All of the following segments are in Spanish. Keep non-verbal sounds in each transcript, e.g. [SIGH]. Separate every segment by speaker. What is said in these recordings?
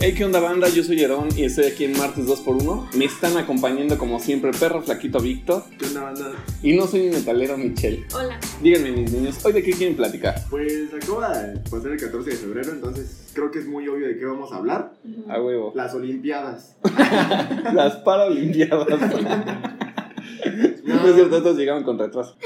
Speaker 1: Hey, ¿qué onda banda? Yo soy Herón y estoy aquí en martes 2x1. Me están acompañando como siempre perro flaquito Víctor
Speaker 2: ¿Qué onda, banda?
Speaker 1: y no soy un metalero Michelle.
Speaker 3: Hola.
Speaker 1: Díganme mis niños, ¿hoy de qué quieren platicar?
Speaker 2: Pues acaba de pasar el 14 de febrero, entonces creo que es muy obvio de qué vamos a hablar.
Speaker 1: A
Speaker 2: [LAUGHS]
Speaker 1: huevo.
Speaker 2: Las Olimpiadas.
Speaker 1: Las Paralimpiadas. No es cierto, estos llegaron con retraso.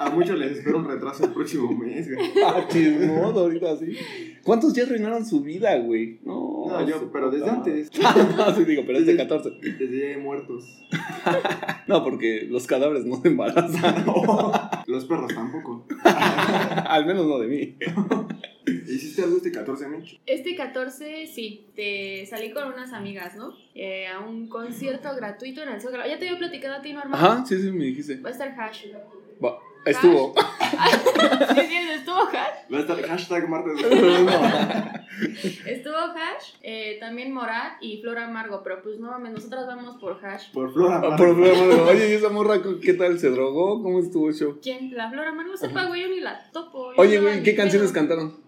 Speaker 2: A muchos les espero un retraso el próximo mes, güey.
Speaker 1: Ah, chismoso, ahorita así. ¿Cuántos ya arruinaron su vida, güey? No,
Speaker 2: No, yo, pero desde antes,
Speaker 1: [LAUGHS] no, sí digo, pero es de 14.
Speaker 2: desde Día de muertos.
Speaker 1: No, porque los cadáveres no se embarazan. [LAUGHS]
Speaker 2: Los perros tampoco.
Speaker 1: Al menos no de mí.
Speaker 2: ¿Hiciste algo este 14 Micho?
Speaker 3: Este 14, sí, te salí con unas amigas, ¿no? Eh, a un concierto gratuito en el Zócalo. Ya te había platicado a ti, normal.
Speaker 1: Ajá, sí, sí, me dijiste.
Speaker 3: Va a estar Hash.
Speaker 1: Va, estuvo.
Speaker 3: ¿Sí, sí, estuvo Hash.
Speaker 2: Va a estar hashtag martes.
Speaker 1: [LAUGHS]
Speaker 3: Estuvo Hash. eh, también Morat y Flora Amargo. Pero pues no mames, nosotras vamos por Hash.
Speaker 2: Por Flora
Speaker 1: Ah,
Speaker 2: Amargo.
Speaker 1: pero, pero, pero, oye, ¿y esa morra qué tal? ¿Se drogó? ¿Cómo estuvo el show?
Speaker 3: ¿Quién? La Flora Amargo sepa, güey, yo ni la topo. yo
Speaker 1: Oye,
Speaker 3: estaba
Speaker 1: güey,
Speaker 3: en
Speaker 1: ¿qué
Speaker 3: mi
Speaker 1: canciones
Speaker 3: pedo.
Speaker 1: cantaron?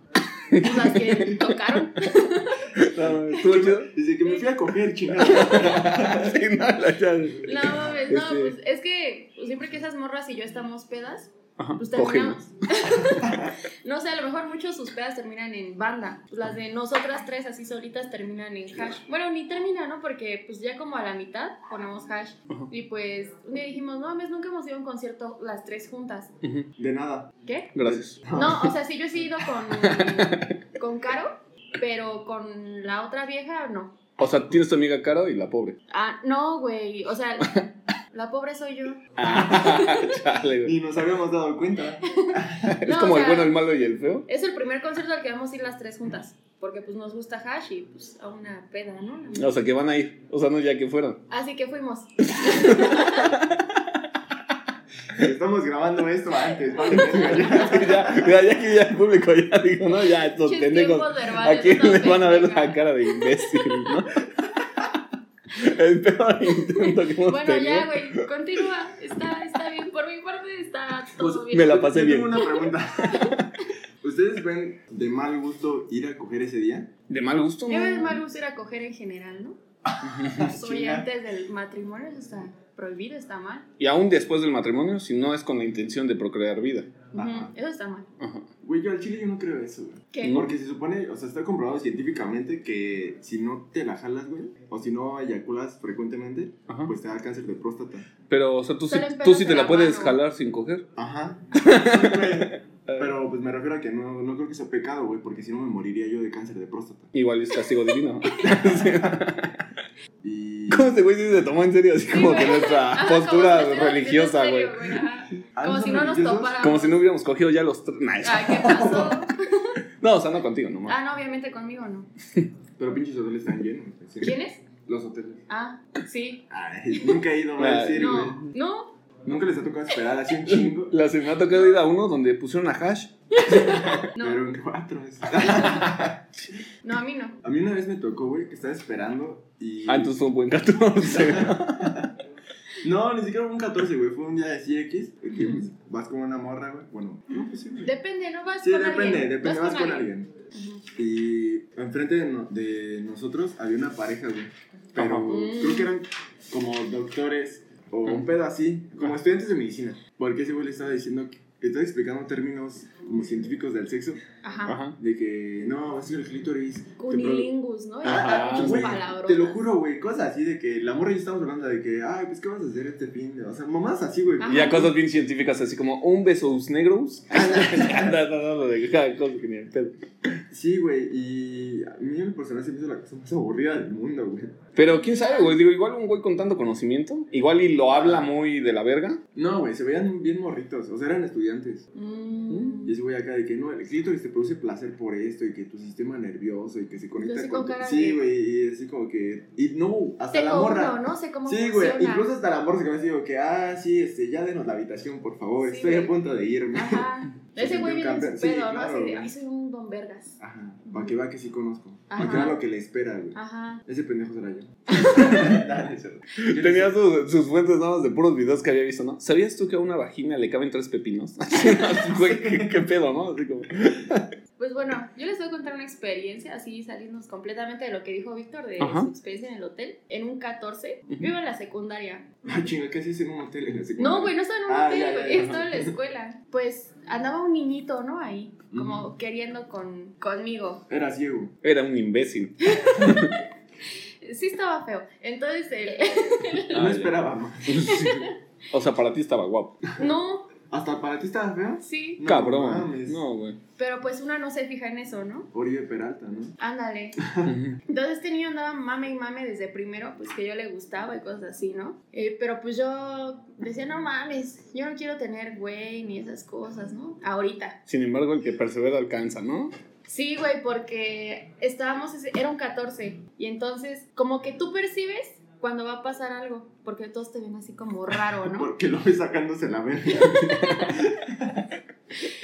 Speaker 3: Pues las que tocaron.
Speaker 1: [LAUGHS] No, ¿Estuvo chido? [LAUGHS]
Speaker 2: Dice que me fui a coger, chingada.
Speaker 1: Sí, no, la chale.
Speaker 3: No mames, no,
Speaker 1: Este-
Speaker 3: pues es que pues, siempre que esas morras y yo estamos pedas,
Speaker 1: Ajá,
Speaker 3: Pues
Speaker 1: Cogemos.
Speaker 3: terminamos. no sé, a lo mejor muchos sus pedas terminan en banda. Pues las de nosotras tres así solitas terminan en hash. Bueno, ni termina, ¿no? Porque pues ya como a la mitad ponemos hash.
Speaker 1: Ajá.
Speaker 3: Y pues un día dijimos, no mames, nunca hemos ido a un concierto las tres juntas.
Speaker 1: Ujú,
Speaker 2: De nada.
Speaker 3: ¿Qué?
Speaker 1: Gracias.
Speaker 3: No, o sea, sí yo sí he ido con, con Caro, pero con la otra vieja no.
Speaker 1: O sea, tienes tu amiga Caro y la pobre. [LAUGHS]
Speaker 3: Ah, no, güey. O sea, la pobre soy yo.
Speaker 1: Ah, chale, güey.
Speaker 2: Ni nos habíamos dado cuenta.
Speaker 1: Es
Speaker 3: No,
Speaker 1: como
Speaker 3: o
Speaker 1: el
Speaker 3: sea-
Speaker 1: bueno, el malo y el feo.
Speaker 3: Es el primer concierto al que vamos a ir las tres juntas. Porque pues nos gusta hash y pues a una peda, ¿no?
Speaker 1: O sea, que van a ir. O sea, no ya que fueron. [LAUGHS]
Speaker 3: Así que fuimos.
Speaker 2: Estamos grabando esto antes, vale, verga, ya.
Speaker 1: ya, ya, ya que ya el público ya dijo, no, ya estos
Speaker 3: Pinches
Speaker 1: pendejos.
Speaker 3: tiempos verbales,
Speaker 1: ¿A quién
Speaker 3: no
Speaker 1: le van a ver la
Speaker 3: pendeja.
Speaker 1: cara de imbécil, no? [LAUGHS] El peor intento que hemos
Speaker 3: Bueno,
Speaker 1: tenido.
Speaker 3: ya, güey, continúa. Está, está bien. Por mi parte está
Speaker 1: Pues,
Speaker 3: todo bien.
Speaker 1: me la pasé
Speaker 2: Yo
Speaker 1: bien.
Speaker 2: Tengo una pregunta. [LAUGHS] ¿Ustedes ven de mal gusto ir a coger ese día?
Speaker 1: ¿De mal gusto?
Speaker 3: Yo es mal gusto ir a coger en
Speaker 1: [LAUGHS]
Speaker 3: general, ¿no? Soy
Speaker 2: Chinga.
Speaker 3: antes del matrimonio, eso está prohibido, está mal.
Speaker 1: Y aún después del matrimonio, si no es con la intención de procrear vida.
Speaker 3: Ujú,
Speaker 2: Ajá.
Speaker 3: Eso está mal.
Speaker 1: Ajá.
Speaker 2: Güey, yo al chile yo no creo eso, güey.
Speaker 3: ¿Qué? [LAUGHS]
Speaker 1: No.
Speaker 2: Porque se supone, o sea, está comprobado científicamente que si no te la jalas, güey, o si no eyaculas frecuentemente,
Speaker 1: Ajá.
Speaker 2: pues te da cáncer de próstata.
Speaker 1: Pero, o sea, tú, sí,
Speaker 3: Solo en
Speaker 1: tú
Speaker 3: pelos
Speaker 1: sí
Speaker 3: de
Speaker 1: te la
Speaker 3: la
Speaker 1: puedes
Speaker 3: mano.
Speaker 1: jalar sin coger.
Speaker 2: Ajá. Sí, güey.
Speaker 1: Eh,
Speaker 2: [LAUGHS] Pero pues me refiero a que no, no creo que sea pecado, güey, porque si no me moriría yo de cáncer de próstata.
Speaker 1: Igual es
Speaker 3: [LAUGHS]
Speaker 1: castigo divino.
Speaker 2: Y.
Speaker 1: ¿Cómo este güey sí se tomó en serio? Así
Speaker 3: Sí,
Speaker 1: como que
Speaker 3: güey.
Speaker 1: nuestra
Speaker 3: Ajá,
Speaker 1: postura
Speaker 3: Ah, como si estuviera
Speaker 1: religiosa, güey.
Speaker 3: viviendo en serio, ajá.
Speaker 2: Ah,
Speaker 3: Como
Speaker 2: ¿no
Speaker 3: si
Speaker 2: son
Speaker 3: no nos
Speaker 2: religiosos?
Speaker 3: topáramos.
Speaker 1: Como si no hubiéramos cogido ya los tres. Nah,
Speaker 3: Ay, ¿qué
Speaker 1: [LAUGHS]
Speaker 3: pasó?
Speaker 1: No, o sea, no contigo nomás.
Speaker 3: Ah, no, obviamente conmigo no.
Speaker 2: Pero pinches hoteles están llenos. güey, sí.
Speaker 3: ¿Quién es?
Speaker 2: Los hoteles.
Speaker 3: Ah, sí.
Speaker 2: Ay, nunca he ido a
Speaker 1: Ay.
Speaker 2: decir, güey.
Speaker 3: No, no.
Speaker 2: Nunca les ha tocado esperar así un chingo.
Speaker 1: La se me ha tocado ir a uno donde pusieron a hash.
Speaker 2: Pero
Speaker 3: [LAUGHS] No,
Speaker 2: en cuatro.
Speaker 3: [LAUGHS]
Speaker 2: es-
Speaker 3: no, a mí no.
Speaker 2: A mí una vez me tocó, güey, que estaba esperando y.
Speaker 1: Ah, entonces fue un buen [LAUGHS] 14.
Speaker 2: No, ni siquiera fue un 14, güey. Fue un día de CX. Que pues, vas con una morra, güey. Bueno, no, pues sí, güey.
Speaker 3: Depende, no vas
Speaker 2: Sí,
Speaker 3: con
Speaker 2: depende,
Speaker 3: alguien.
Speaker 2: depende. Vas con alguien.
Speaker 3: Ujú.
Speaker 2: Y enfrente de, no- de nosotros había una pareja, güey. Pero
Speaker 1: Ajá.
Speaker 2: creo que eran como doctores o un pedo así, como estudiantes de medicina. Porque ese güey le estaba diciendo que. que Estaba explicando términos como científicos del sexo,
Speaker 3: Ajá.
Speaker 1: Ajá.
Speaker 2: de que no, es que el clítoris. te produ-
Speaker 3: Cunilingus, ¿no?
Speaker 1: Ajá,
Speaker 3: [LAUGHS] Ajá,
Speaker 2: Güey,
Speaker 3: palabras.
Speaker 2: te lo juro, güey, cosas así de que la morra y yo estamos hablando de que, ay, pues, ¿qué vas a hacer este fin? de-?" O sea, mamás así, güey.
Speaker 3: Ajá.
Speaker 1: Y ya cosas bien científicas, así como un beso negros. [LAUGHS] Anda, no, no, no, de cada cosa que ni el pedo.
Speaker 2: Sí, güey, y a mí el personaje se me hizo la cosa más aburrida del mundo, güey.
Speaker 1: Pero quién sabe, güey. Digo, igual un güey con tanto conocimiento. Igual y lo habla muy de la verga.
Speaker 2: No, güey, se veían bien morritos, o sea, eran estudiantes.
Speaker 3: Mm.
Speaker 2: Y ese güey acá de que, no, el clítoris te produce placer por esto, y que tu sistema nervioso, y que se conecta
Speaker 3: así con
Speaker 2: tu-
Speaker 3: cara
Speaker 2: Sí,
Speaker 3: de-
Speaker 2: güey, y así como que... Y no, hasta
Speaker 3: Te
Speaker 2: la
Speaker 3: compro,
Speaker 2: morra...
Speaker 3: no sé cómo
Speaker 2: Sí, güey,
Speaker 3: funciona.
Speaker 2: incluso hasta la morra se me ha dicho que, ah, sí, este, ya denos la habitación, por favor,
Speaker 3: Sí,
Speaker 2: estoy
Speaker 3: güey.
Speaker 2: a punto de irme. [LAUGHS]
Speaker 3: Ajá. Ese güey viene en su pedo,
Speaker 2: Sí,
Speaker 3: ¿no?
Speaker 2: claro,
Speaker 3: Así de,
Speaker 2: güey.
Speaker 3: ay, soy un don vergas.
Speaker 2: Ajá, para que vea que sí conozco. Para
Speaker 3: Ajá.
Speaker 2: que vea lo que le espera, güey.
Speaker 3: Ajá.
Speaker 2: Ese pendejo
Speaker 3: [LAUGHS]
Speaker 2: será yo. Dale, cerdo. Yo les-
Speaker 1: Tenía sus, sus fuentes nada más de puros videos que había visto, ¿no? [LAUGHS] ¿Sabías tú que a una vagina le caben tres pepinos? Así, no, así, güey, ¿qué, qué pedo, no? Así como,
Speaker 3: Pues bueno, yo les voy a contar una experiencia, así salirnos completamente de lo que dijo Víctor de
Speaker 1: Ajá.
Speaker 3: su experiencia en el hotel. En un 14, yo iba a la secundaria.
Speaker 2: Ah, chinga, ¿qué haces en un hotel en la secundaria?
Speaker 3: No, güey, no estaba en un
Speaker 2: Ah,
Speaker 3: hotel,
Speaker 2: ya, ya,
Speaker 3: güey,
Speaker 2: ya.
Speaker 3: estaba en la escuela. Pues andaba un niñito, ¿no? Ahí, como queriendo con, conmigo.
Speaker 2: Era ciego.
Speaker 1: Era un imbécil.
Speaker 3: Sí estaba feo. Entonces, él-
Speaker 1: Ah,
Speaker 2: no
Speaker 1: ya.
Speaker 2: esperaba más.
Speaker 1: O sea, para ti estaba guapo.
Speaker 3: no,
Speaker 2: ¿Hasta para ti estaba feo?
Speaker 3: sí.
Speaker 2: No
Speaker 1: Cabrón.
Speaker 2: mames.
Speaker 1: No,
Speaker 3: [LAUGHS]
Speaker 1: güey.
Speaker 3: Pero pues una no se fija en eso, ¿no?
Speaker 2: Oribe Peralta, ¿no?
Speaker 3: Ándale. Entonces este niño andaba mame y mame desde primero, pues que yo le gustaba y cosas así, ¿no? Eh, pero pues yo decía, no mames, yo no quiero tener güey ni esas cosas, ¿no? Ahorita.
Speaker 1: Sin embargo, el que persevera alcanza, ¿no?
Speaker 3: Sí, güey, porque estábamos, ese- era un 14, y entonces como que tú percibes cuando va a pasar algo, porque todos te ven así como raro, ¿no?
Speaker 2: Porque lo ves sacándose la verga.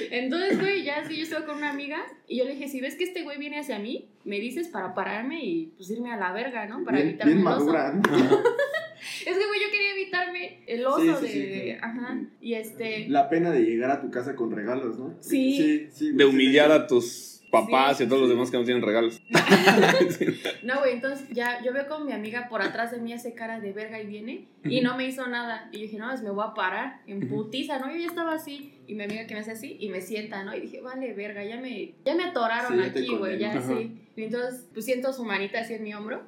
Speaker 3: Entonces, güey, ya sí, yo estaba con una amiga y yo le dije, si ves que este güey viene hacia mí, me dices para pararme y pues irme a la verga, ¿no? Para
Speaker 2: bien,
Speaker 3: evitarme
Speaker 2: bien
Speaker 3: un oso.
Speaker 2: madura, ¿no?
Speaker 3: Es que, güey, yo quería evitarme el oso
Speaker 2: Sí, sí,
Speaker 3: de,
Speaker 2: sí.
Speaker 3: de- Ajá. Y este.
Speaker 2: La pena de llegar a tu casa con regalos, ¿no?
Speaker 3: Sí.
Speaker 2: Sí, sí.
Speaker 1: De humillar a tus papás y a todos los demás que no tienen regalos.
Speaker 3: No, güey, entonces ya yo veo como mi amiga por atrás de mí hace cara de verga y viene y no me hizo nada. Y yo dije, no, pues me voy a parar en putiza, ¿no? Yo ya estaba así y mi amiga que me hace así y me sienta, ¿no? Y dije, vale, verga, ya me, ya me atoraron
Speaker 2: Sí, ya te
Speaker 3: aquí, güey, ya
Speaker 1: condenan.
Speaker 3: sí. Y entonces, pues siento su manita así en mi hombro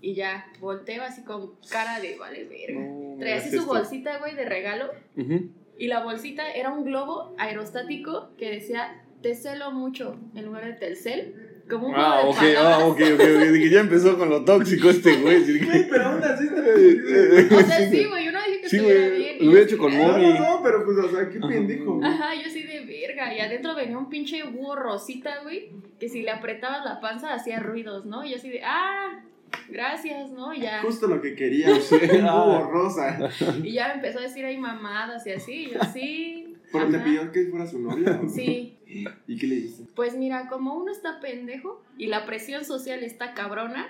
Speaker 3: y ya volteo así con cara de, vale, verga.
Speaker 1: No,
Speaker 3: Traía
Speaker 1: hagas
Speaker 3: así su
Speaker 1: esto.
Speaker 3: bolsita, güey, de regalo
Speaker 1: Ujú.
Speaker 3: Y la bolsita era un globo aerostático que decía te celo mucho en lugar de telcel. Como un
Speaker 1: Ah,
Speaker 3: juego
Speaker 1: ok,
Speaker 3: de palabras.
Speaker 1: ah, ok, ok, ok. Dije, ya empezó con lo tóxico este
Speaker 3: [LAUGHS]
Speaker 1: güey. Así
Speaker 2: Güey,
Speaker 1: que-
Speaker 2: pero aún
Speaker 1: [LAUGHS]
Speaker 2: así está bien.
Speaker 3: O sea, sí, güey, yo no dije que
Speaker 1: Sí,
Speaker 3: estuviera
Speaker 1: güey,
Speaker 3: bien.
Speaker 1: lo
Speaker 3: y
Speaker 1: hubiera
Speaker 3: yo
Speaker 1: hecho con
Speaker 3: así,
Speaker 2: No,
Speaker 1: mono.
Speaker 2: no, no, pero pues, o sea, qué
Speaker 1: Ajá.
Speaker 2: pendejo. güey.
Speaker 3: Ajá, yo sí de verga. Y adentro venía un pinche búho rosita, güey, que si le apretabas la panza hacía ruidos, ¿no? Y yo así de, ah, gracias, ¿no? Y ya,
Speaker 2: Justo lo
Speaker 1: [LAUGHS]
Speaker 2: que quería. Un
Speaker 1: Ah.
Speaker 2: cubo rosa.
Speaker 3: y ya me empezó a decir ahí mamadas y así, y yo sí.
Speaker 2: Pero te
Speaker 3: ajá.
Speaker 2: pidió que fuera su novia. ¿o?
Speaker 3: Sí,
Speaker 2: [LAUGHS] ¿Y qué le dijiste?
Speaker 3: pues mira, como uno está pendejo y la presión social está cabrona,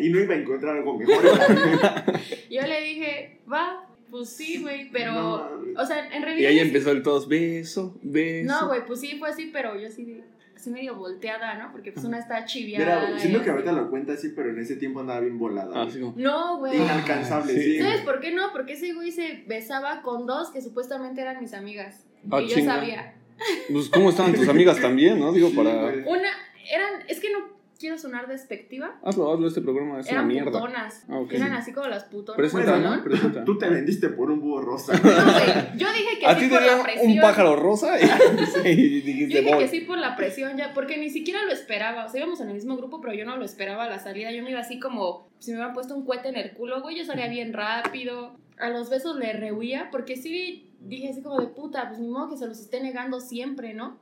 Speaker 2: [LAUGHS] Y no iba a encontrar algo mejor. en la vida.
Speaker 3: Yo le dije, va, pues sí, güey, [LAUGHS] pero.
Speaker 2: No mames.
Speaker 3: o sea, en
Speaker 1: Y
Speaker 3: realidad.
Speaker 1: ahí
Speaker 3: sí-
Speaker 1: empezó el todos beso, beso.
Speaker 3: No, güey, pues sí, fue así, pero yo sí, así medio volteada, ¿no? Porque pues una está chiviada.
Speaker 2: Mira,
Speaker 3: y
Speaker 2: siento que
Speaker 3: así.
Speaker 2: ahorita lo cuenta así, pero en ese tiempo andaba bien volada.
Speaker 1: Así como,
Speaker 3: No, güey.
Speaker 2: Inalcanzable,
Speaker 1: Ah, Sí.
Speaker 2: sí.
Speaker 3: ¿Sabes por qué no? Porque ese güey se besaba con dos que supuestamente eran mis amigas.
Speaker 1: ah,
Speaker 3: y yo
Speaker 1: chinga.
Speaker 3: sabía.
Speaker 1: Pues, ¿cómo estaban tus amigas también, no? Digo,
Speaker 2: Sí,
Speaker 1: para.
Speaker 2: güey.
Speaker 3: Una, eran. Es que no quiero sonar despectiva.
Speaker 1: Hazlo, hazlo, este programa es una
Speaker 3: eran
Speaker 1: mierda.
Speaker 3: putonas.
Speaker 1: Ah, ok.
Speaker 3: Eran así como las putonas.
Speaker 1: Presenta,
Speaker 2: Bueno,
Speaker 1: ¿no? Presenta.
Speaker 2: Tú te vendiste por un búho rosa.
Speaker 3: [LAUGHS] No, güey, yo dije que
Speaker 1: A
Speaker 3: sí
Speaker 1: ti te
Speaker 3: por la
Speaker 1: dieron
Speaker 3: presión.
Speaker 1: un pájaro rosa [LAUGHS] y, y dijiste,
Speaker 3: Yo dije
Speaker 1: voy. [LAUGHS]
Speaker 3: que sí por la presión ya, porque ni siquiera lo esperaba. O sea, íbamos en el mismo grupo, pero yo no lo esperaba a la salida. Yo me iba así como si me hubieran puesto un cohete en el culo, güey. Yo salía bien rápido. A los besos le rehuía, porque sí dije así como de puta, pues ni modo que se los esté negando siempre, ¿no?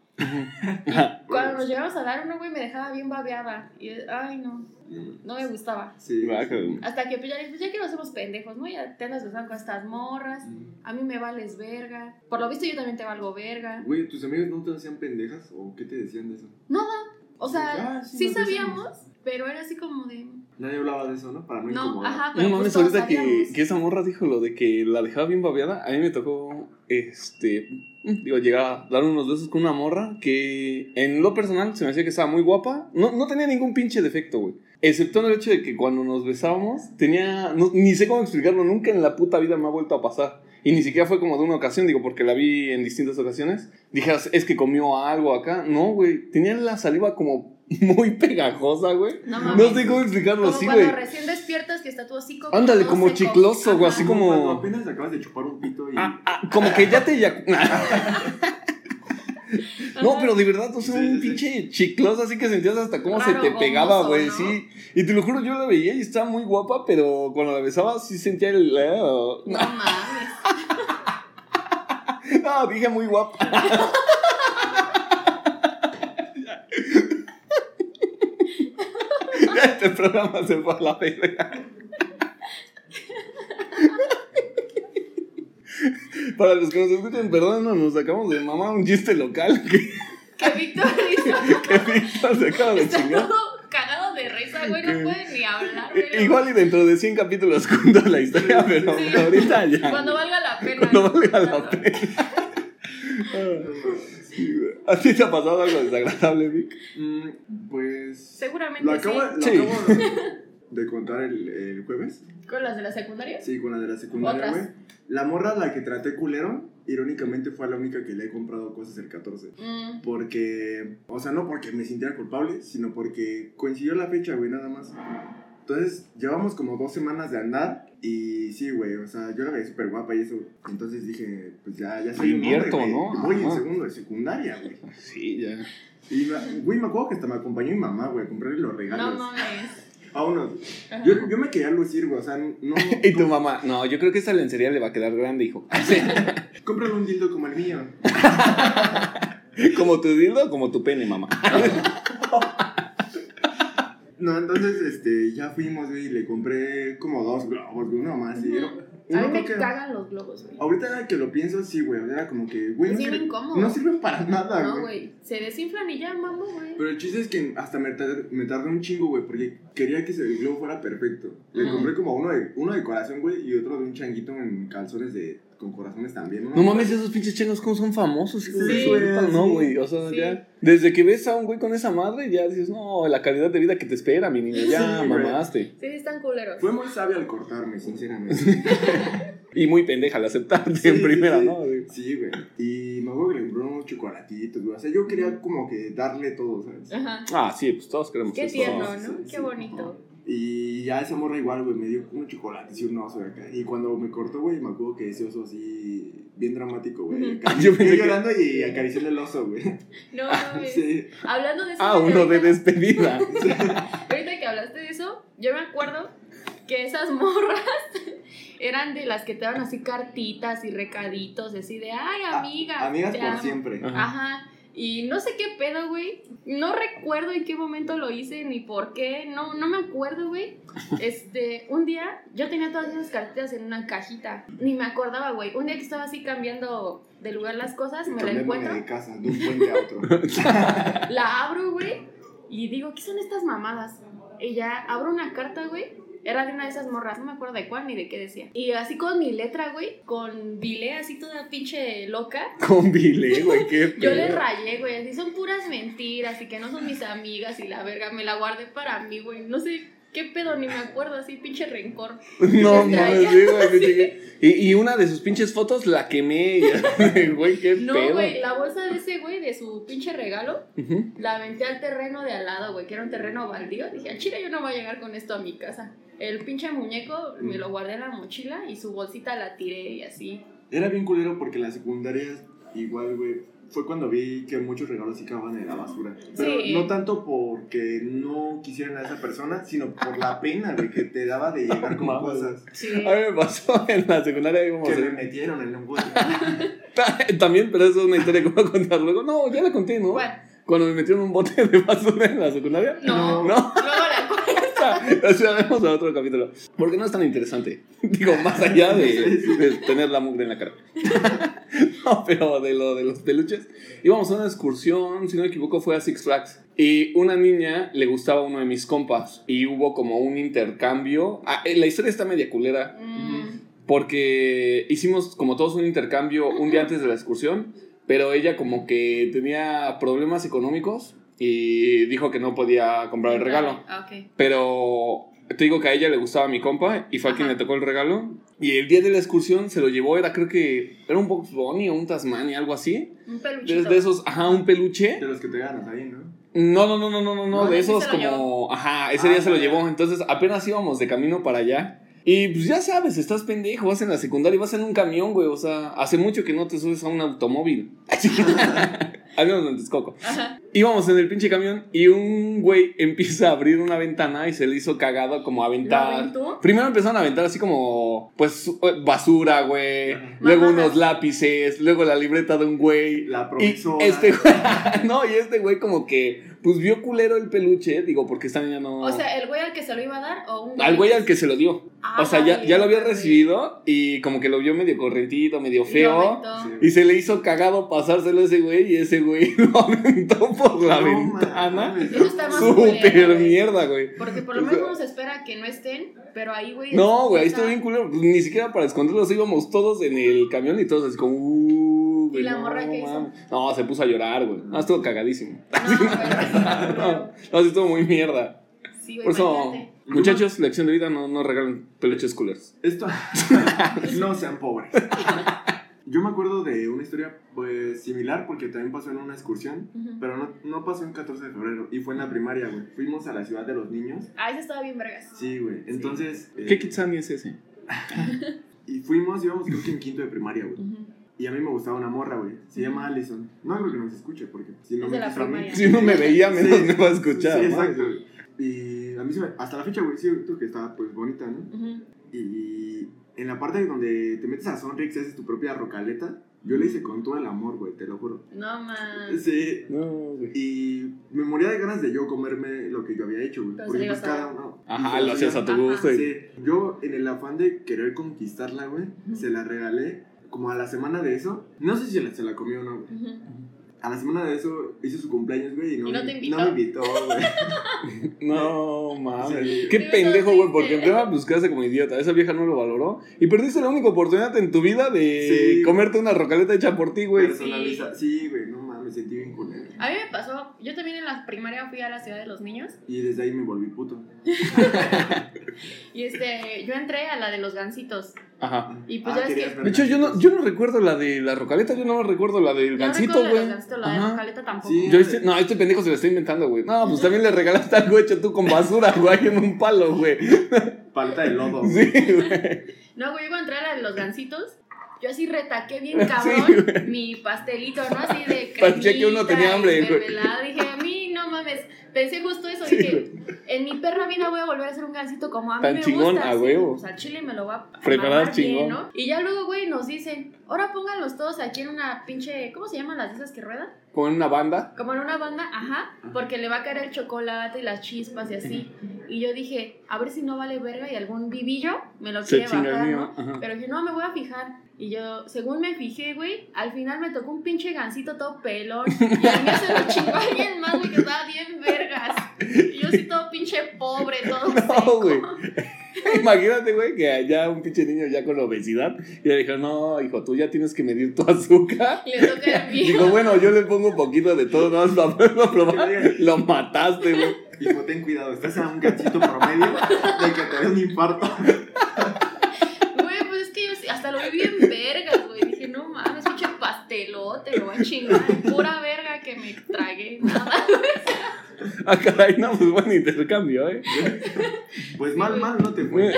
Speaker 3: Cuando nos llegamos a dar uno, güey, me dejaba bien babeada. Y ay, no, no me gustaba.
Speaker 2: Sí.
Speaker 1: Va, que-
Speaker 3: Hasta que pues, ya dije, pues ya que nos hacemos pendejos, ¿no? Ya te andas besando con estas morras.
Speaker 2: Mm.
Speaker 3: A mí me vales verga. Por lo visto, yo también te valgo verga.
Speaker 2: Güey, ¿tus amigos no te hacían pendejas? ¿O qué te decían de eso?
Speaker 3: O sea,
Speaker 2: Ah, sí,
Speaker 3: sí
Speaker 2: nos besamos.
Speaker 3: sabíamos, pero era así como de.
Speaker 2: Nadie hablaba de eso, ¿no? Para no,
Speaker 3: No,
Speaker 2: incomodar.
Speaker 3: ajá, pero
Speaker 1: No mames,
Speaker 3: pues todos
Speaker 1: ahorita que,
Speaker 3: sabíamos.
Speaker 1: que esa morra dijo lo de que la dejaba bien babeada, a mí me tocó, este, mm, digo, llegar a dar unos besos con una morra que en lo personal se me hacía que estaba muy guapa, no, no tenía ningún pinche defecto, güey. Excepto el hecho de que cuando nos besábamos, tenía, no- ni sé cómo explicarlo, nunca en la puta vida me ha vuelto a pasar. Y ni siquiera fue como de una ocasión, digo, porque la vi en distintas ocasiones. Dijeras, es que comió algo acá. No, güey, tenía la saliva como [LAUGHS] muy pegajosa, güey.
Speaker 3: No
Speaker 2: No
Speaker 3: mames.
Speaker 1: No sé cómo explicarlo,
Speaker 3: como
Speaker 1: sí,
Speaker 3: cuando
Speaker 1: güey.
Speaker 3: recién despiertas que está tu hocico.
Speaker 1: Ándale,
Speaker 3: todo
Speaker 1: como
Speaker 3: seco.
Speaker 1: chicloso, güey,
Speaker 3: Ajá.
Speaker 1: así
Speaker 2: No,
Speaker 1: como-
Speaker 2: cuando apenas acabas de chupar un pito y.
Speaker 1: Ah, ah, como que ya [LAUGHS] te eyacu- No,
Speaker 3: Ajá.
Speaker 1: pero de verdad, o sea,
Speaker 2: Sí,
Speaker 1: un
Speaker 2: sí, sí.
Speaker 1: pinche chicloso, así que sentías hasta cómo se
Speaker 3: Raro,
Speaker 1: te pegaba,
Speaker 3: gomoso,
Speaker 1: güey,
Speaker 3: ¿no?
Speaker 1: sí. Y te lo juro, yo la veía y estaba muy guapa, pero cuando la besaba sí sentía el... eh, oh. [LAUGHS] No,
Speaker 3: [LAUGHS] No mames.
Speaker 1: no, Ah, dije muy guapa. [LAUGHS] Ya este programa se fue a la verga. [LAUGHS] Para los que nos escuchan, perdón, nos acabamos de mamar un chiste local que
Speaker 3: Que Víctor
Speaker 1: [LAUGHS]
Speaker 3: hizo
Speaker 1: que Víctor se acaba de
Speaker 3: está
Speaker 1: chingar.
Speaker 3: todo cagado de risa, güey.
Speaker 1: Que-
Speaker 3: No pueden
Speaker 1: [LAUGHS]
Speaker 3: ni hablar,
Speaker 1: I-
Speaker 3: güey.
Speaker 1: Igual y dentro de 100 capítulos [LAUGHS] cuento la historia, pero
Speaker 3: Sí.
Speaker 1: ahorita ya.
Speaker 3: Cuando valga la pena.
Speaker 1: [LAUGHS] Cuando
Speaker 3: ¿no?
Speaker 1: valga la
Speaker 3: Cuando-
Speaker 1: pena. [LAUGHS] Sí, güey. ¿A ti te ha pasado algo desagradable, Vic?
Speaker 2: Mm, pues.
Speaker 3: Seguramente
Speaker 2: Lo acabo,
Speaker 3: sí.
Speaker 2: lo
Speaker 1: Sí.
Speaker 2: acabo
Speaker 1: [LAUGHS]
Speaker 2: de, de contar el, el jueves.
Speaker 3: ¿Con las de la secundaria?
Speaker 2: Sí, con la de la secundaria,
Speaker 3: Otras.
Speaker 2: güey. La morra a la que traté culero, irónicamente fue la única que le he comprado cosas el 14.
Speaker 3: Mm,
Speaker 2: Porque, o sea, no porque me sintiera culpable, sino porque coincidió la fecha, güey, nada más. Entonces, llevamos como dos semanas de andar y sí, güey, o sea, yo la veía súper guapa y eso. Entonces dije, pues ya, ya soy un
Speaker 1: Invierto,
Speaker 2: hombre,
Speaker 1: ¿no?
Speaker 2: güey. Voy en
Speaker 1: Ajá.
Speaker 2: segundo de secundaria, güey.
Speaker 1: Sí, ya.
Speaker 2: Y, me- güey, me acuerdo que hasta me acompañó mi mamá, güey, a comprarle los
Speaker 3: no
Speaker 2: regalos.
Speaker 3: mames.
Speaker 2: A unos.
Speaker 3: Ajá.
Speaker 2: Yo, yo me quería lucir, güey, o sea, no...
Speaker 1: [LAUGHS] Y tu mamá, no, yo creo que esta lencería le va a quedar grande, hijo. [LAUGHS]
Speaker 2: Cómprale un dildo como el mío.
Speaker 1: Como tu dildo, como tu pene, mamá.
Speaker 2: No, entonces, este, ya fuimos, güey, y le compré como dos globos, güey, uno más. Y era-
Speaker 3: Ujú. A
Speaker 2: uno
Speaker 3: mí me
Speaker 2: porque-
Speaker 3: cagan los globos, güey.
Speaker 2: Ahorita que lo pienso, sí, güey, era como que, güey, no,
Speaker 3: Es bien
Speaker 2: sirve-
Speaker 3: incómodo.
Speaker 2: no sirven para
Speaker 1: Ah,
Speaker 2: nada,
Speaker 3: No,
Speaker 2: güey.
Speaker 3: güey. Se desinflan y ya, mamá, güey.
Speaker 2: Pero el chiste es que hasta me tardé, me tardé un chingo, güey, porque quería que el globo fuera perfecto. Le
Speaker 3: Ajá.
Speaker 2: compré como uno de, uno de corazón, güey, y otro de un changuito en calzones de, con corazones también, ¿no?
Speaker 1: No mames, esos pinches changos como son famosos, hijo de
Speaker 2: Sí,
Speaker 1: su
Speaker 2: güey,
Speaker 1: puta, No,
Speaker 2: sí.
Speaker 1: güey, o sea,
Speaker 3: Sí.
Speaker 1: ya. Desde que ves a un güey con esa madre, ya dices, no, la calidad de vida que te espera, mi niño, ya
Speaker 2: Sí, güey.
Speaker 1: mamaste.
Speaker 3: Sí, están culeros.
Speaker 2: Fue muy sabio al cortarme, sinceramente.
Speaker 1: [LAUGHS] Y muy pendeja al aceptarte
Speaker 2: Sí,
Speaker 1: en
Speaker 2: sí,
Speaker 1: primera,
Speaker 2: sí.
Speaker 1: ¿no? Güey.
Speaker 2: sí, güey. Y me acuerdo que le compré unos chocolatitos, güey. O sea, yo quería como que darle todo, ¿sabes?
Speaker 3: Ajá.
Speaker 1: Ah, sí, pues todos queremos
Speaker 3: Qué
Speaker 1: eso.
Speaker 3: tierno,
Speaker 2: sí,
Speaker 3: ¿no?
Speaker 2: sí,
Speaker 3: Qué
Speaker 2: sí.
Speaker 3: bonito.
Speaker 2: Y ya esa morra igual, güey, me dio un chocolate y un oso de acá. Y cuando me cortó, güey, me acuerdo que ese oso así, bien dramático, güey.
Speaker 3: Ujú.
Speaker 2: Acá-
Speaker 1: Yo
Speaker 2: [LAUGHS] Yo
Speaker 1: pensé que-
Speaker 2: llorando [LAUGHS] y acariciando el oso, güey.
Speaker 1: [LAUGHS]
Speaker 3: No mames.
Speaker 2: Sí.
Speaker 3: Hablando de eso.
Speaker 1: Ah,
Speaker 3: güey,
Speaker 1: uno de
Speaker 3: ahorita- [LAUGHS]
Speaker 1: despedida.
Speaker 3: Ahorita que hablaste de eso, yo me acuerdo que esas [LAUGHS] morras eran de las que te daban así cartitas y recaditos, así de, ay,
Speaker 2: A-
Speaker 3: amigas.
Speaker 2: Ah, Amigas
Speaker 3: te
Speaker 2: por
Speaker 3: amo".
Speaker 2: siempre.
Speaker 1: Ajá.
Speaker 3: Ajá. Y no sé qué pedo, güey. No recuerdo en qué momento lo hice ni por qué. No, no me
Speaker 2: [LAUGHS]
Speaker 3: acuerdo, güey. Este, un día yo tenía todas esas cartitas en una cajita. Ni me acordaba, güey. Un día que estaba así cambiando de lugar las cosas, me la
Speaker 2: Cambiándome
Speaker 3: encuentro.
Speaker 2: de casa, de un puente a otro. [LAUGHS]
Speaker 3: La abro, güey, y digo, ¿qué son estas mamadas? Y ya abro una carta, güey. Era de una de esas morras, no me acuerdo de cuál ni de qué decía. Y así con mi letra, güey, con bilé así toda pinche loca.
Speaker 1: Con Vile, güey, qué
Speaker 3: [LAUGHS] Yo le
Speaker 1: pedo.
Speaker 3: rayé, güey, así son puras mentiras y que no son mis amigas y la verga, me la guardé para mí, güey. No sé qué pedo, ni me acuerdo, así pinche rencor.
Speaker 1: No
Speaker 3: les
Speaker 1: mames,
Speaker 3: traía,
Speaker 1: sí, güey, sí, sí. Y, y una de sus pinches fotos la quemé. [LAUGHS] ya. Güey, qué
Speaker 3: No,
Speaker 1: pedo.
Speaker 3: güey, la bolsa de ese güey, de su pinche regalo,
Speaker 1: Ujú.
Speaker 3: La aventé al terreno de al lado, güey, que era un terreno baldío. Dije, al chile yo no voy a llegar con esto a mi casa. El pinche muñeco me lo guardé en la mochila y su bolsita la tiré y así.
Speaker 2: Era bien culero porque en la secundaria, igual, güey, fue cuando vi que muchos regalos se acababan en la basura. Pero
Speaker 3: Sí.
Speaker 2: no tanto porque no quisieran a esa persona, sino por la pena, güey, que te daba de [LAUGHS] llegar con
Speaker 1: Mames.
Speaker 2: cosas.
Speaker 3: Sí.
Speaker 1: A mí me pasó [LAUGHS] en la secundaria. íbamos
Speaker 2: Que
Speaker 1: a-
Speaker 2: me metieron en un [LAUGHS] bote.
Speaker 1: Ta- También, pero eso es una historia que voy a contar luego. No, ya la conté, ¿no?
Speaker 3: Bueno,
Speaker 1: Cuando me metieron un bote de basura en la secundaria.
Speaker 3: no.
Speaker 1: No, o
Speaker 3: Luego la
Speaker 1: [LAUGHS]
Speaker 3: cu-
Speaker 1: sea, la llevaremos a otro capítulo. Porque no es tan interesante. [LAUGHS] Digo, más allá de, de tener la mugre en la cara. [LAUGHS] No, pero de lo de los peluches. Íbamos a una excursión, si no me equivoco, fue a Six Flags. Y una niña le gustaba a uno de mis compas. Y hubo como un intercambio. Ah, eh, la historia está media culera.
Speaker 3: Mm,
Speaker 1: Porque hicimos como todos un intercambio un día antes de la excursión, pero ella como que tenía problemas económicos y dijo que no podía comprar el regalo.
Speaker 3: Ah, ok.
Speaker 1: Pero te digo que a ella le gustaba mi compa y fue a quien
Speaker 3: Ajá.
Speaker 1: le tocó el regalo. Y el día de la excursión se lo llevó, era creo que era un Box Bunny o un Tasmania, algo así.
Speaker 3: Un
Speaker 1: De,
Speaker 3: peluchito.
Speaker 1: de esos, ajá, un peluche.
Speaker 2: De los que te ganas ahí, ¿no?
Speaker 1: No, no, no, no, no, no,
Speaker 3: No,
Speaker 1: no, de
Speaker 3: ese
Speaker 1: esos
Speaker 3: se lo
Speaker 1: como, ajá, ese
Speaker 2: Ah,
Speaker 1: día se lo
Speaker 2: ya, ya.
Speaker 1: llevó, entonces apenas íbamos de camino para allá. Y pues ya sabes, estás pendejo, vas en la secundaria, vas en un camión, güey, o sea, hace mucho que no te subes a un automóvil. [LAUGHS] Al menos en Texcoco.
Speaker 3: Ajá.
Speaker 1: Íbamos en el pinche camión y un güey [LAUGHS] empieza a abrir una ventana y se le hizo cagado como
Speaker 3: ¿Lo
Speaker 1: aventar.
Speaker 3: aventó?
Speaker 1: Primero empezaron a aventar así como, pues, basura, güey.
Speaker 2: Ajá.
Speaker 1: Luego
Speaker 3: Mamadas.
Speaker 1: unos lápices, luego la libreta de un güey.
Speaker 2: La
Speaker 1: Y [LAUGHS]
Speaker 2: profesora.
Speaker 1: este güey, no, y este güey como que Pues vio culero el peluche, digo, porque esta niña no.
Speaker 3: O sea, el güey al que se lo iba a dar o un.
Speaker 1: al güey al que se lo dio.
Speaker 3: Ah,
Speaker 1: o sea, ya, ya lo había
Speaker 3: güey.
Speaker 1: recibido y como que lo vio medio correntito, medio
Speaker 3: Y lo
Speaker 1: feo.
Speaker 3: aventó.
Speaker 1: Y se le hizo cagado pasárselo a ese güey y ese güey [LAUGHS] lo aventó por la
Speaker 2: No,
Speaker 1: ventana.
Speaker 2: mames.
Speaker 3: Eso está más culero,
Speaker 1: Súper
Speaker 3: güey.
Speaker 1: mierda, güey.
Speaker 3: Porque por lo menos uno se espera que no estén, pero ahí, güey.
Speaker 1: No, güey, ahí
Speaker 3: está-
Speaker 1: estuvo bien culero. Pues, ni siquiera para esconderlos íbamos todos en el camión y todos así como, uh, güey.
Speaker 3: ¿Y la
Speaker 1: no,
Speaker 3: morra qué hizo?
Speaker 1: mames. No, se puso a llorar, güey. No, estuvo
Speaker 3: [LAUGHS]
Speaker 1: cagadísimo.
Speaker 3: No,
Speaker 1: [LAUGHS]
Speaker 3: güey,
Speaker 1: No, no, sí estuvo muy mierda.
Speaker 3: Sí, güey,
Speaker 1: Por eso,
Speaker 3: Pues imagínate.
Speaker 1: muchachos, lección de vida, no, no regalen peluches coolers.
Speaker 2: Esto. [LAUGHS] no sean
Speaker 3: [LAUGHS]
Speaker 2: pobres. Yo me acuerdo de una historia pues, similar porque también pasó en una excursión,
Speaker 3: Ujú.
Speaker 2: pero no, no pasó en 14 de febrero y fue en la primaria, güey. Fuimos a la ciudad de los niños.
Speaker 3: Ah, ese estaba bien vergas.
Speaker 2: Sí, güey. Entonces. eh,
Speaker 1: ¿Qué Kitsani es ese?
Speaker 2: Y fuimos, íbamos creo que en quinto de primaria, güey.
Speaker 3: Ujú.
Speaker 2: Y a mí me gustaba una morra, güey. Se llama Allison. No creo que nos escuche porque si no
Speaker 3: Es
Speaker 2: me
Speaker 3: de la
Speaker 2: escucha a mí-
Speaker 3: primaria.
Speaker 1: Si no me veía, menos
Speaker 2: Sí.
Speaker 1: me va a escuchar.
Speaker 2: Sí,
Speaker 1: ¿no?
Speaker 2: exacto. güey. Y a mí se me, hasta la fecha, güey, sí, creo que estaba pues bonita, ¿no?
Speaker 3: Ujú.
Speaker 2: Y en la parte donde te metes a Sonrix y haces tu propia rocaleta, yo le hice con todo el amor, güey, te lo juro.
Speaker 3: No, man.
Speaker 2: Sí.
Speaker 1: No, güey.
Speaker 2: Y me moría de ganas de yo comerme lo que yo había hecho, güey.
Speaker 3: Pero
Speaker 2: Porque
Speaker 3: se le
Speaker 2: pues
Speaker 3: ibas a
Speaker 2: cada uno.
Speaker 1: Ajá, lo hacías a tu
Speaker 3: Ajá.
Speaker 1: gusto. y-
Speaker 2: Sí, yo en el afán de querer conquistarla, güey,
Speaker 3: Ujú.
Speaker 2: se la regalé como a la semana de eso. No sé si la- se la comió o no, güey.
Speaker 3: Ujú.
Speaker 2: A la semana de eso hice su cumpleaños, güey, y no,
Speaker 3: ¿Y no
Speaker 2: me-
Speaker 3: te invitó?
Speaker 2: me invitó,
Speaker 1: [LAUGHS]
Speaker 2: güey.
Speaker 1: No mames.
Speaker 2: Sí.
Speaker 1: Qué
Speaker 3: Sí,
Speaker 1: pendejo, güey,
Speaker 3: sí,
Speaker 1: porque
Speaker 3: sí.
Speaker 1: en a buscarse como idiota. Esa vieja no lo valoró. Y perdiste la única oportunidad en tu vida de
Speaker 2: Sí.
Speaker 1: comerte una rocaleta hecha por ti,
Speaker 3: Pues
Speaker 1: güey.
Speaker 2: Personaliza- Sí, güey, no mames, sentí bien culero.
Speaker 3: A mí me pasó, yo también en la primaria fui a la ciudad de los niños
Speaker 2: Y desde ahí me volví puto.
Speaker 3: y este, yo entré a la de los gansitos.
Speaker 1: Ajá.
Speaker 3: Y pues ya ves
Speaker 2: Ah, querías
Speaker 3: que-
Speaker 2: ver
Speaker 1: De hecho, yo no,
Speaker 2: gatitos.
Speaker 1: yo no recuerdo la de la rocaleta, yo no recuerdo la del
Speaker 3: No
Speaker 1: gancito,
Speaker 3: recuerdo la de
Speaker 1: güey.
Speaker 3: los gansitos, la de
Speaker 1: Ajá.
Speaker 3: Rocaleta tampoco.
Speaker 2: Sí.
Speaker 1: Yo este- no, este pendejo se lo está inventando, güey. No, pues también le regalaste algo hecho tú con basura, [LAUGHS] güey, en un palo, güey.
Speaker 2: Paleta de lodo.
Speaker 1: Sí, güey.
Speaker 3: No, güey, iba a entrar a la de los gansitos. Yo así retaqué bien
Speaker 1: [LAUGHS] Sí,
Speaker 3: cabrón
Speaker 1: güey.
Speaker 3: mi pastelito, ¿no? Así de
Speaker 1: [LAUGHS] Parecía que uno
Speaker 3: cremita
Speaker 1: tenía hambre,
Speaker 3: y
Speaker 1: güey.
Speaker 3: mermelada. Dije, a mí no mames. Pensé justo eso.
Speaker 1: Sí,
Speaker 3: dije, en mi perra vida voy a volver a hacer un gansito como a mí
Speaker 1: Tan
Speaker 3: me
Speaker 1: chingón,
Speaker 3: gusta.
Speaker 1: a
Speaker 3: así,
Speaker 1: huevo.
Speaker 3: Pues al chile me lo va a
Speaker 1: Preparar
Speaker 3: preparar
Speaker 1: chingón.
Speaker 3: chingón. ¿no? Y ya luego, güey, nos dicen, ahora pónganlos todos aquí en una pinche, ¿cómo se llaman las de esas que ruedan?
Speaker 1: Con una banda.
Speaker 3: Como en una banda, ajá, porque le va a caer el chocolate y las chispas y así. Y yo dije, a ver si no vale verga y algún vivillo me lo
Speaker 1: Se
Speaker 3: quiere
Speaker 1: chinga
Speaker 3: bajar,
Speaker 1: el
Speaker 3: ¿no?
Speaker 1: mío. Ajá.
Speaker 3: Pero dije, no, me voy a fijar. Y yo, según me fijé, güey, al final me tocó un pinche gancito todo pelón. Y a mí se lo chingó alguien más, güey, que estaba bien vergas. Y yo sí todo pinche pobre, todo
Speaker 1: No,
Speaker 2: [LAUGHS]
Speaker 3: seco.
Speaker 1: güey. [LAUGHS] Imagínate, güey, que allá un pinche niño ya con obesidad. Y le dijeron, no, hijo, tú ya tienes que medir tu [LAUGHS] azúcar.
Speaker 3: Y Le toca el
Speaker 2: [LAUGHS]
Speaker 3: mío.
Speaker 1: Digo, bueno, yo le pongo un poquito de todo, nada más para poderlo probar. Lo mataste, güey.
Speaker 2: Hijo, ten cuidado, estás a un gancito promedio de que te dé un infarto.
Speaker 3: Güey, pues es que yo sí- hasta lo vi bien vergas, güey. Dije, no mames, pinche pastelote, lo voy a chingar. Pura verga que me tragué, nada.
Speaker 1: Ah, caray, no, pues buen intercambio, ¿eh?
Speaker 2: Pues mal, mal no te fue.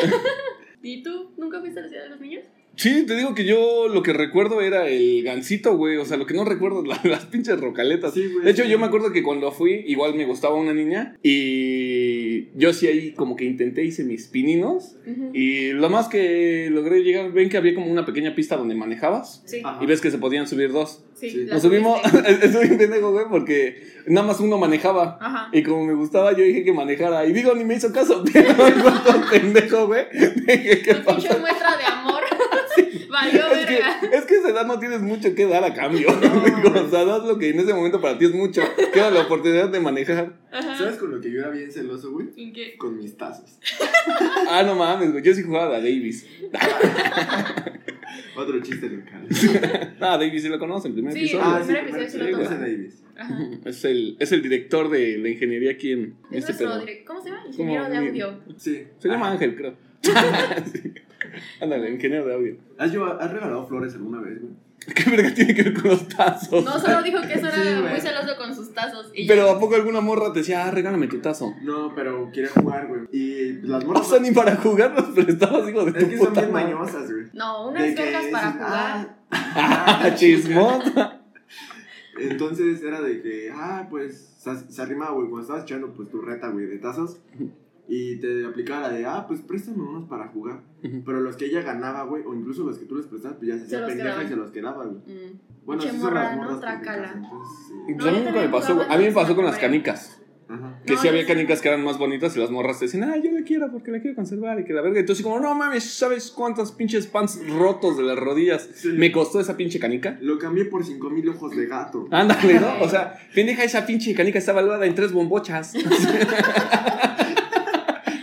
Speaker 3: ¿Y tú nunca fuiste a la ciudad de los niños?
Speaker 1: Sí, te digo que yo lo que recuerdo era el gancito, güey. O sea, lo que no recuerdo, la- las pinches rocaletas.
Speaker 2: Sí, güey.
Speaker 1: De hecho, yo me acuerdo que cuando fui, igual me gustaba una niña. Y yo sí ahí como que intenté, hice mis pininos.
Speaker 3: Ujú.
Speaker 1: Y lo más que logré llegar, ven que había como una pequeña pista donde manejabas.
Speaker 3: Sí,
Speaker 2: Ajá.
Speaker 1: Y ves que se podían subir dos.
Speaker 3: sí.
Speaker 2: Sí.
Speaker 1: Ah,
Speaker 3: la
Speaker 1: Nos subimos,
Speaker 3: tuviste.
Speaker 1: [LAUGHS] estoy bien pendejo, güey, porque nada más uno manejaba.
Speaker 3: Ajá.
Speaker 1: Y como me gustaba, yo dije que manejara. Y digo, ni me hizo caso, [LAUGHS] pero el vato pendejo, güey. Dije, [LAUGHS] ¿qué
Speaker 3: Tu
Speaker 1: pasa?
Speaker 3: [LAUGHS] pinche muestra de
Speaker 1: [LAUGHS]
Speaker 3: amor. Valió
Speaker 1: Es
Speaker 3: verga.
Speaker 1: que, es que a esa edad no tienes mucho que dar a cambio. [LAUGHS] Digo, o sea, das lo que en ese momento para ti es mucho. Queda la oportunidad de manejar.
Speaker 3: Ajá.
Speaker 2: ¿Sabes con lo que yo era bien celoso, güey?
Speaker 3: ¿En qué?
Speaker 2: Con mis tazos.
Speaker 1: Ah, no mames, güey. Yo sí jugaba a Davis.
Speaker 2: Otro chiste local.
Speaker 1: Ah, Davis sí lo conocen, primer
Speaker 3: Sí,
Speaker 1: episodio.
Speaker 3: ah, primer episodio sí lo
Speaker 2: primero,
Speaker 1: toca.
Speaker 2: José Davis.
Speaker 3: Ajá.
Speaker 1: [LAUGHS] Es el, es el director de la ingeniería aquí en
Speaker 3: Es
Speaker 1: este
Speaker 3: nuestro Ah.
Speaker 1: pedo.
Speaker 3: direct- ¿Cómo se llama? Ingeniero
Speaker 1: Como
Speaker 3: de
Speaker 1: mi-
Speaker 2: [LAUGHS]
Speaker 3: audio.
Speaker 2: Sí. Ah,
Speaker 1: Se llama Ángel,
Speaker 3: [LAUGHS]
Speaker 1: creo. Sí. Ándale, ingeniero de audio. [LAUGHS]
Speaker 2: ¿Has, llevado- ¿Has regalado flores alguna vez, güey?
Speaker 1: ¿Qué verga tiene que ver con los tazos?
Speaker 3: No, solo dijo que eso era
Speaker 2: Sí, güey.
Speaker 3: muy celoso con sus tazos. Y
Speaker 1: [LAUGHS] Pero
Speaker 3: ya.
Speaker 1: ¿a poco alguna morra te decía, ah, regálame tu tazo?
Speaker 2: No, pero quería jugar, güey. Y las
Speaker 1: O
Speaker 2: morras.
Speaker 1: sea, ni para jugar los prestabas, hijo de
Speaker 2: es
Speaker 1: tu
Speaker 2: que son
Speaker 1: puta
Speaker 2: bien
Speaker 1: madre.
Speaker 2: mañosas, güey.
Speaker 3: No,
Speaker 2: De
Speaker 3: unas
Speaker 2: que
Speaker 3: vergas para
Speaker 2: dices,
Speaker 3: jugar. [LAUGHS]
Speaker 1: [LAUGHS]
Speaker 2: "Ah".
Speaker 1: Ah, chismosa.
Speaker 2: Entonces era de que, ah, pues se, se arrimaba, güey, cuando estabas echando pues tu reta, güey, de tazos. Y te aplicaba la de, ah, pues préstame unos para jugar.
Speaker 1: Ujú.
Speaker 2: Pero los que ella ganaba, güey, o incluso los que tú les prestabas, pues ya se hacía
Speaker 3: los
Speaker 2: pendeja y
Speaker 3: quedaba.
Speaker 2: se los quedaba, güey.
Speaker 3: Mm.
Speaker 2: Bueno,
Speaker 3: Pinche
Speaker 2: sí son
Speaker 3: morra,
Speaker 2: las
Speaker 3: ¿no?
Speaker 2: morras
Speaker 3: Trácala.
Speaker 2: complicadas, entonces, sí.
Speaker 3: No,
Speaker 1: Pues a mí nunca
Speaker 3: yo
Speaker 1: me
Speaker 3: también
Speaker 1: pasó,
Speaker 3: jugaba
Speaker 1: güey. A mí me
Speaker 3: Xbox
Speaker 1: pasó con las
Speaker 3: Live.
Speaker 1: canicas.
Speaker 2: Ajá.
Speaker 1: Que
Speaker 3: No,
Speaker 1: sí
Speaker 3: yo
Speaker 1: había
Speaker 3: sí.
Speaker 1: canicas que eran más bonitas y las morras te decían, ah, yo la quiero porque la quiero conservar y que la verga. Y tú así como, no mames, ¿sabes cuántos pinches pants rotos de las rodillas
Speaker 2: Sí.
Speaker 1: me costó esa pinche canica?
Speaker 2: Lo cambié por 5000 ojos de gato. [LAUGHS]
Speaker 1: Ándale, ¿no? O sea, pendeja, esa pinche canica está valuada en tres [LAUGHS] bombochas.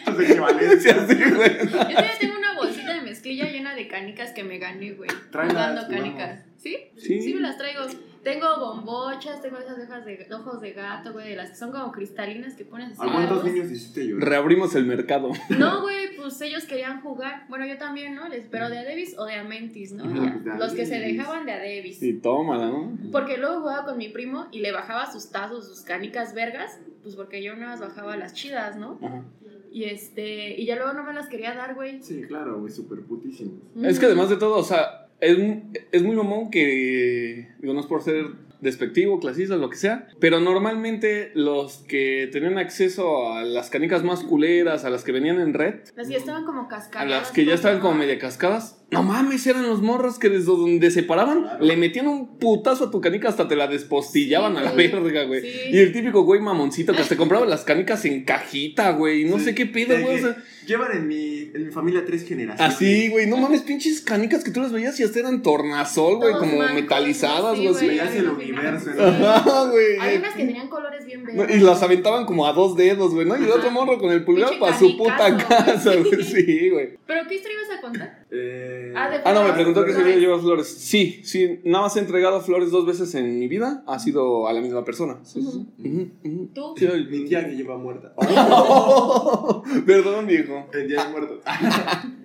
Speaker 2: Tus equivalencias.
Speaker 1: Sí,
Speaker 3: [LAUGHS]
Speaker 1: güey.
Speaker 3: Yo todavía tengo una bolsita de mezclilla llena de canicas que me gané, güey.
Speaker 2: Tráelas,
Speaker 3: Jugando
Speaker 2: jugamos.
Speaker 3: canicas. ¿Sí?
Speaker 1: Sí.
Speaker 3: Sí, me las traigo. Tengo bombochas, tengo esas hojas de, ojos de gato, güey, de las que son como cristalinas que pones así.
Speaker 2: ¿A cuántos
Speaker 3: largos.
Speaker 2: niños hiciste llorar?
Speaker 1: Reabrimos el mercado.
Speaker 3: No, güey, pues ellos querían jugar. Bueno, yo también, ¿no? Les- Pero de Adebis o de Amentis, ¿no?
Speaker 2: Ajá,
Speaker 3: Y ya,
Speaker 2: pues, de
Speaker 3: Los que se
Speaker 2: Adebis.
Speaker 3: dejaban de Adebis.
Speaker 1: Y tómala, ¿no?
Speaker 3: Porque luego jugaba con mi primo y le bajaba sus tazos, sus canicas vergas, pues porque yo nada más bajaba las chidas, ¿no?
Speaker 1: Ajá.
Speaker 3: Y este, y ya luego no me las quería dar, güey.
Speaker 2: Sí, claro, güey, súper putísimos.
Speaker 1: Es que además de todo, o sea, es, un- es muy mamón que, digo, no es por ser despectivo, clasista, lo que sea, pero normalmente los que tenían acceso a las canicas más culeras, a las que venían en red,
Speaker 3: Las que ya estaban como
Speaker 1: a
Speaker 3: cascadas.
Speaker 1: las que ya estaban como media cascadas, no mames, eran los morros que desde donde se paraban
Speaker 2: Claro.
Speaker 1: le metían un putazo a tu canica hasta te la despostillaban
Speaker 3: Sí,
Speaker 1: a la
Speaker 3: güey.
Speaker 1: verga, güey.
Speaker 3: Sí.
Speaker 1: Y el típico güey mamoncito que se compraba las canicas en cajita, güey. y No
Speaker 2: Sí.
Speaker 1: sé qué pedo,
Speaker 2: De
Speaker 1: güey. o
Speaker 2: que
Speaker 1: sea,
Speaker 2: Llevan en mi, en mi familia tres generaciones.
Speaker 1: Así, güey, no mames, pinches canicas que tú las veías y hasta eran tornasol, güey,
Speaker 3: Todos
Speaker 1: como
Speaker 3: mancos,
Speaker 1: metalizadas,
Speaker 3: sí,
Speaker 1: güey, así.
Speaker 2: güey. Veías el
Speaker 3: había unas
Speaker 2: universo,
Speaker 3: que-
Speaker 2: ¿no?
Speaker 1: [LAUGHS] Ajá, güey.
Speaker 3: Había unas que tenían colores bien
Speaker 1: No,
Speaker 3: verdes.
Speaker 1: Y las aventaban como a dos dedos, güey, ¿no? Y el
Speaker 3: Ajá.
Speaker 1: otro morro con el pulgar
Speaker 3: Pinche
Speaker 1: para su puta
Speaker 3: canicazo,
Speaker 1: casa,
Speaker 3: güey. [LAUGHS]
Speaker 1: güey. Sí, güey.
Speaker 3: ¿Pero qué historia ibas a contar?
Speaker 2: Eh,
Speaker 3: Ah, de-
Speaker 1: Ah, no, me preguntó que si
Speaker 3: Flores.
Speaker 1: yo llevo flores. Sí, sí, nada más he entregado flores dos veces en mi vida, ha sido a la misma persona. Sí, sí, sí. Ujú, ujú.
Speaker 3: Tú.
Speaker 1: Sí, el-
Speaker 2: Mi tía que lleva muerta.
Speaker 1: [LAUGHS] Perdón, viejo.
Speaker 2: El día de muertos.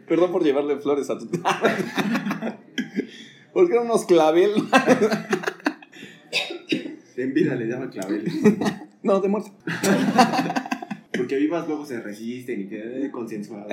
Speaker 1: Perdón por llevarle flores a tu [LAUGHS] Porque eran unos clavel. [LAUGHS]
Speaker 2: En vida le llaman claveles.
Speaker 1: No, de muerte.
Speaker 2: Porque vivas luego se resisten y quedan eh, consensuadas.